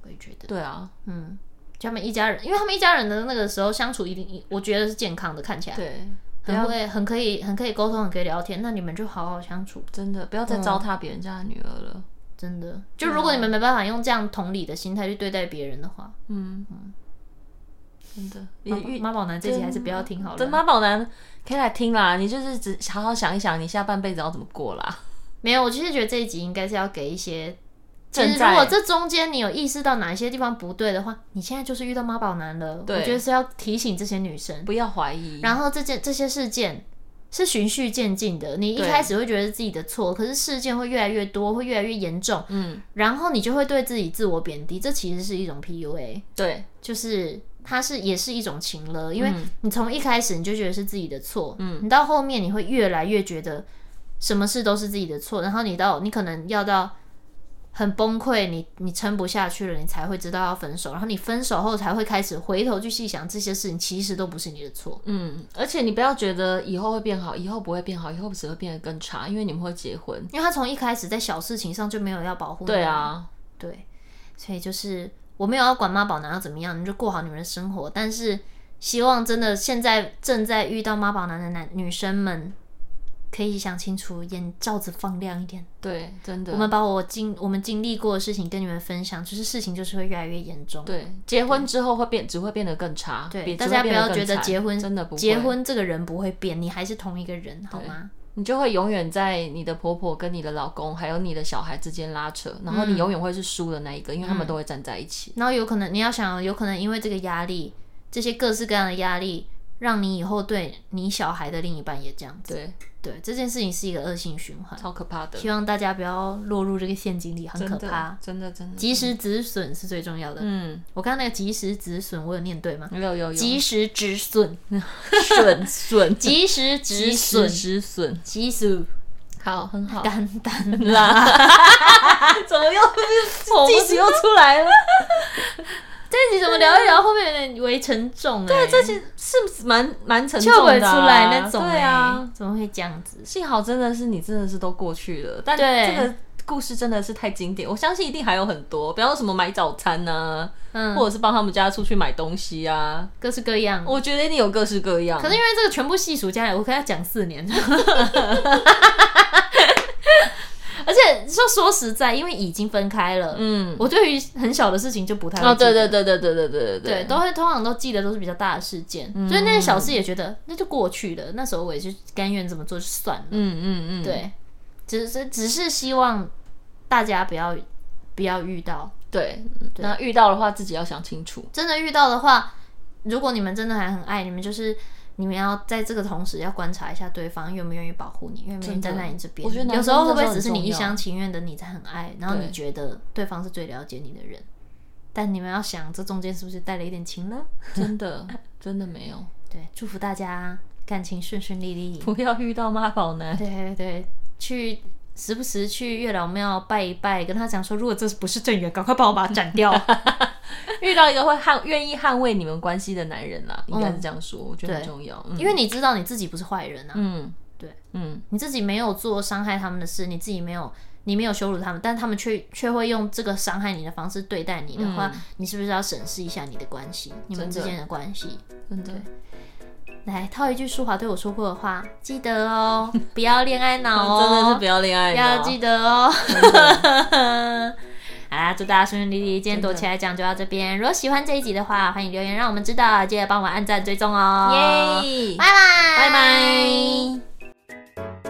我也觉得，对啊，嗯，就他们一家人，因为他们一家人的那个时候相处一定，我觉得是健康的，看起来对，啊很会，很可以，很可以沟通，很可以聊天。那你们就好好相处，真的不要再糟蹋别人家的女儿了。真的。就如果你们没办法用这样同理的心态去对待别人的话，嗯，真的，也遇妈宝男这集还是不要听好了等。妈宝男可以来听啦。你就是只好好想一想，你下半辈子要怎么过啦。没有，我其实觉得这一集应该是要给一些。其正实，如果在这中间你有意识到哪一些地方不对的话，你现在就是遇到妈宝男了。我觉得是要提醒这些女生。不要怀疑，然后这件这些事件是循序渐进的，你一对开始会觉得是自己的错，可是事件会越来越多，会越来越严重，嗯，然后你就会对自己自我贬低，这其实是一种 PUA，对，就是它是也是一种情勒，因为你从一开始你就觉得是自己的错，嗯，你到后面你会越来越觉得什么事都是自己的错，然后你到你可能要到很崩溃，你你撑不下去了，你才会知道要分手，然后你分手后才会开始回头去细想这些事情其实都不是你的错，嗯，而且你不要觉得以后会变好，以后不会变好，以后只会变得更差，因为你们会结婚。因为他从一开始在小事情上就没有要保护，对，啊，对，所以就是我没有要管妈宝男要怎么样，你就过好你们的生活，但是希望真的现在正在遇到妈宝男的男女生们。可以想清楚，眼罩子放亮一点。对，啊真的。我们把我经我们经历过的事情跟你们分享，就是事情就是会越来越严重。对结婚之后会变，只会变得更差。对，比大家不要觉只会变得更惨结婚真的不会结，婚这个人不会变，你还是同一个人，好吗？你就会永远在你的婆婆跟你的老公还有你的小孩之间拉扯，然嗯后你永远会是输的那一个，因为他们都会站在一起。然后有可能你要想，有可能因为这个压力，这些各式各样的压力，让你以后对你小孩的另一半也这样子。对，对，这件事情是一个恶性循环，超可怕的，希望大家不要落入这个陷阱里，很可怕。真的真的。及时止损是最重要的。嗯，我刚刚那个及时止损，我有念对吗？有有有，及时止损，损 损及时止 及损时，止损，及 时好，很好。干单 啦。怎 么又计计时时又出来了？这一集怎么聊一聊，后面有点微沉重哎、对，这其实是蛮蛮沉重跳尾的出啊、来那种哎、对啊，怎么会这样子？幸好真的是你真的是都过去了，但对这个故事真的是太经典，我相信一定还有很多，比方说什么买早餐呐、嗯，或者是帮他们家出去买东西啊，各式各样。我觉得一定有各式各样。可是因为这个全部细数下来，我跟他讲四年。 而且说说实在，因为已经分开了，嗯，我对于很小的事情就不太会哦，记得对对对对对对对对，都会通常都记得都是比较大的事件，所以那些小事也觉得那就过去了。那时候我也是甘愿这么做就算了，嗯嗯嗯，，对，只是只是希望大家不要不要遇到，对，那遇到的话自己要想清楚。真的遇到的话，如果你们真的还很爱，你们就是你们要在这个同时要观察一下对方愿不愿意保护你，愿不愿意真的站在你这边。我觉得男有时生候会不真会只的是你很重一要厢情愿的你在很爱，然后你对觉得对方是最了解你的人，但你们要想这中间是不是带了一点情呢？真的，真的没有，对，祝福大家感情顺顺利利。不要遇到妈宝男。对对对，去时不时去月老庙拜一拜，跟他讲说，如果这不是正缘，赶快帮我把它斩 掉。遇到一个会捍愿意捍卫你们关系的男人啦，应该是这样说，我觉得很对重要。嗯因为你知道你自己不是坏人啊，嗯，对，嗯，你自己没有做伤害他们的事，你自己没有。你没有羞辱他们，但他们却却会用这个伤害你的方式对待你的话，嗯你是不是要审视一下你的关系，你们真之的间的关系？真的，来套一句淑华对我说过的话，记得 哦，不要恋爱脑哦，真的是不要恋爱脑，要记得哦。 好啦，祝大家顺顺利利。今天躲起来讲就到这边。如果喜欢这一集的话，欢迎留言让我们知道，记得帮我按赞追踪哦。！耶，拜拜拜拜。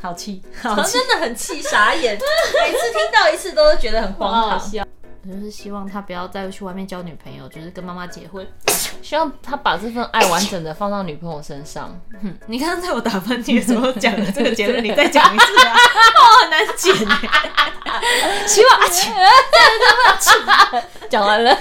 好气，我好气，真的很气，傻眼，每次听到一次都是觉得很荒唐。笑。我就是希望他不要再去外面交女朋友，就是跟妈妈结婚。希望他把这份爱完整的放到女朋友身上。哼你刚刚在我打喷嚏的时候讲的这个结论，你再讲一次 啊，我很难 剪啊欸。希望阿姐讲完了。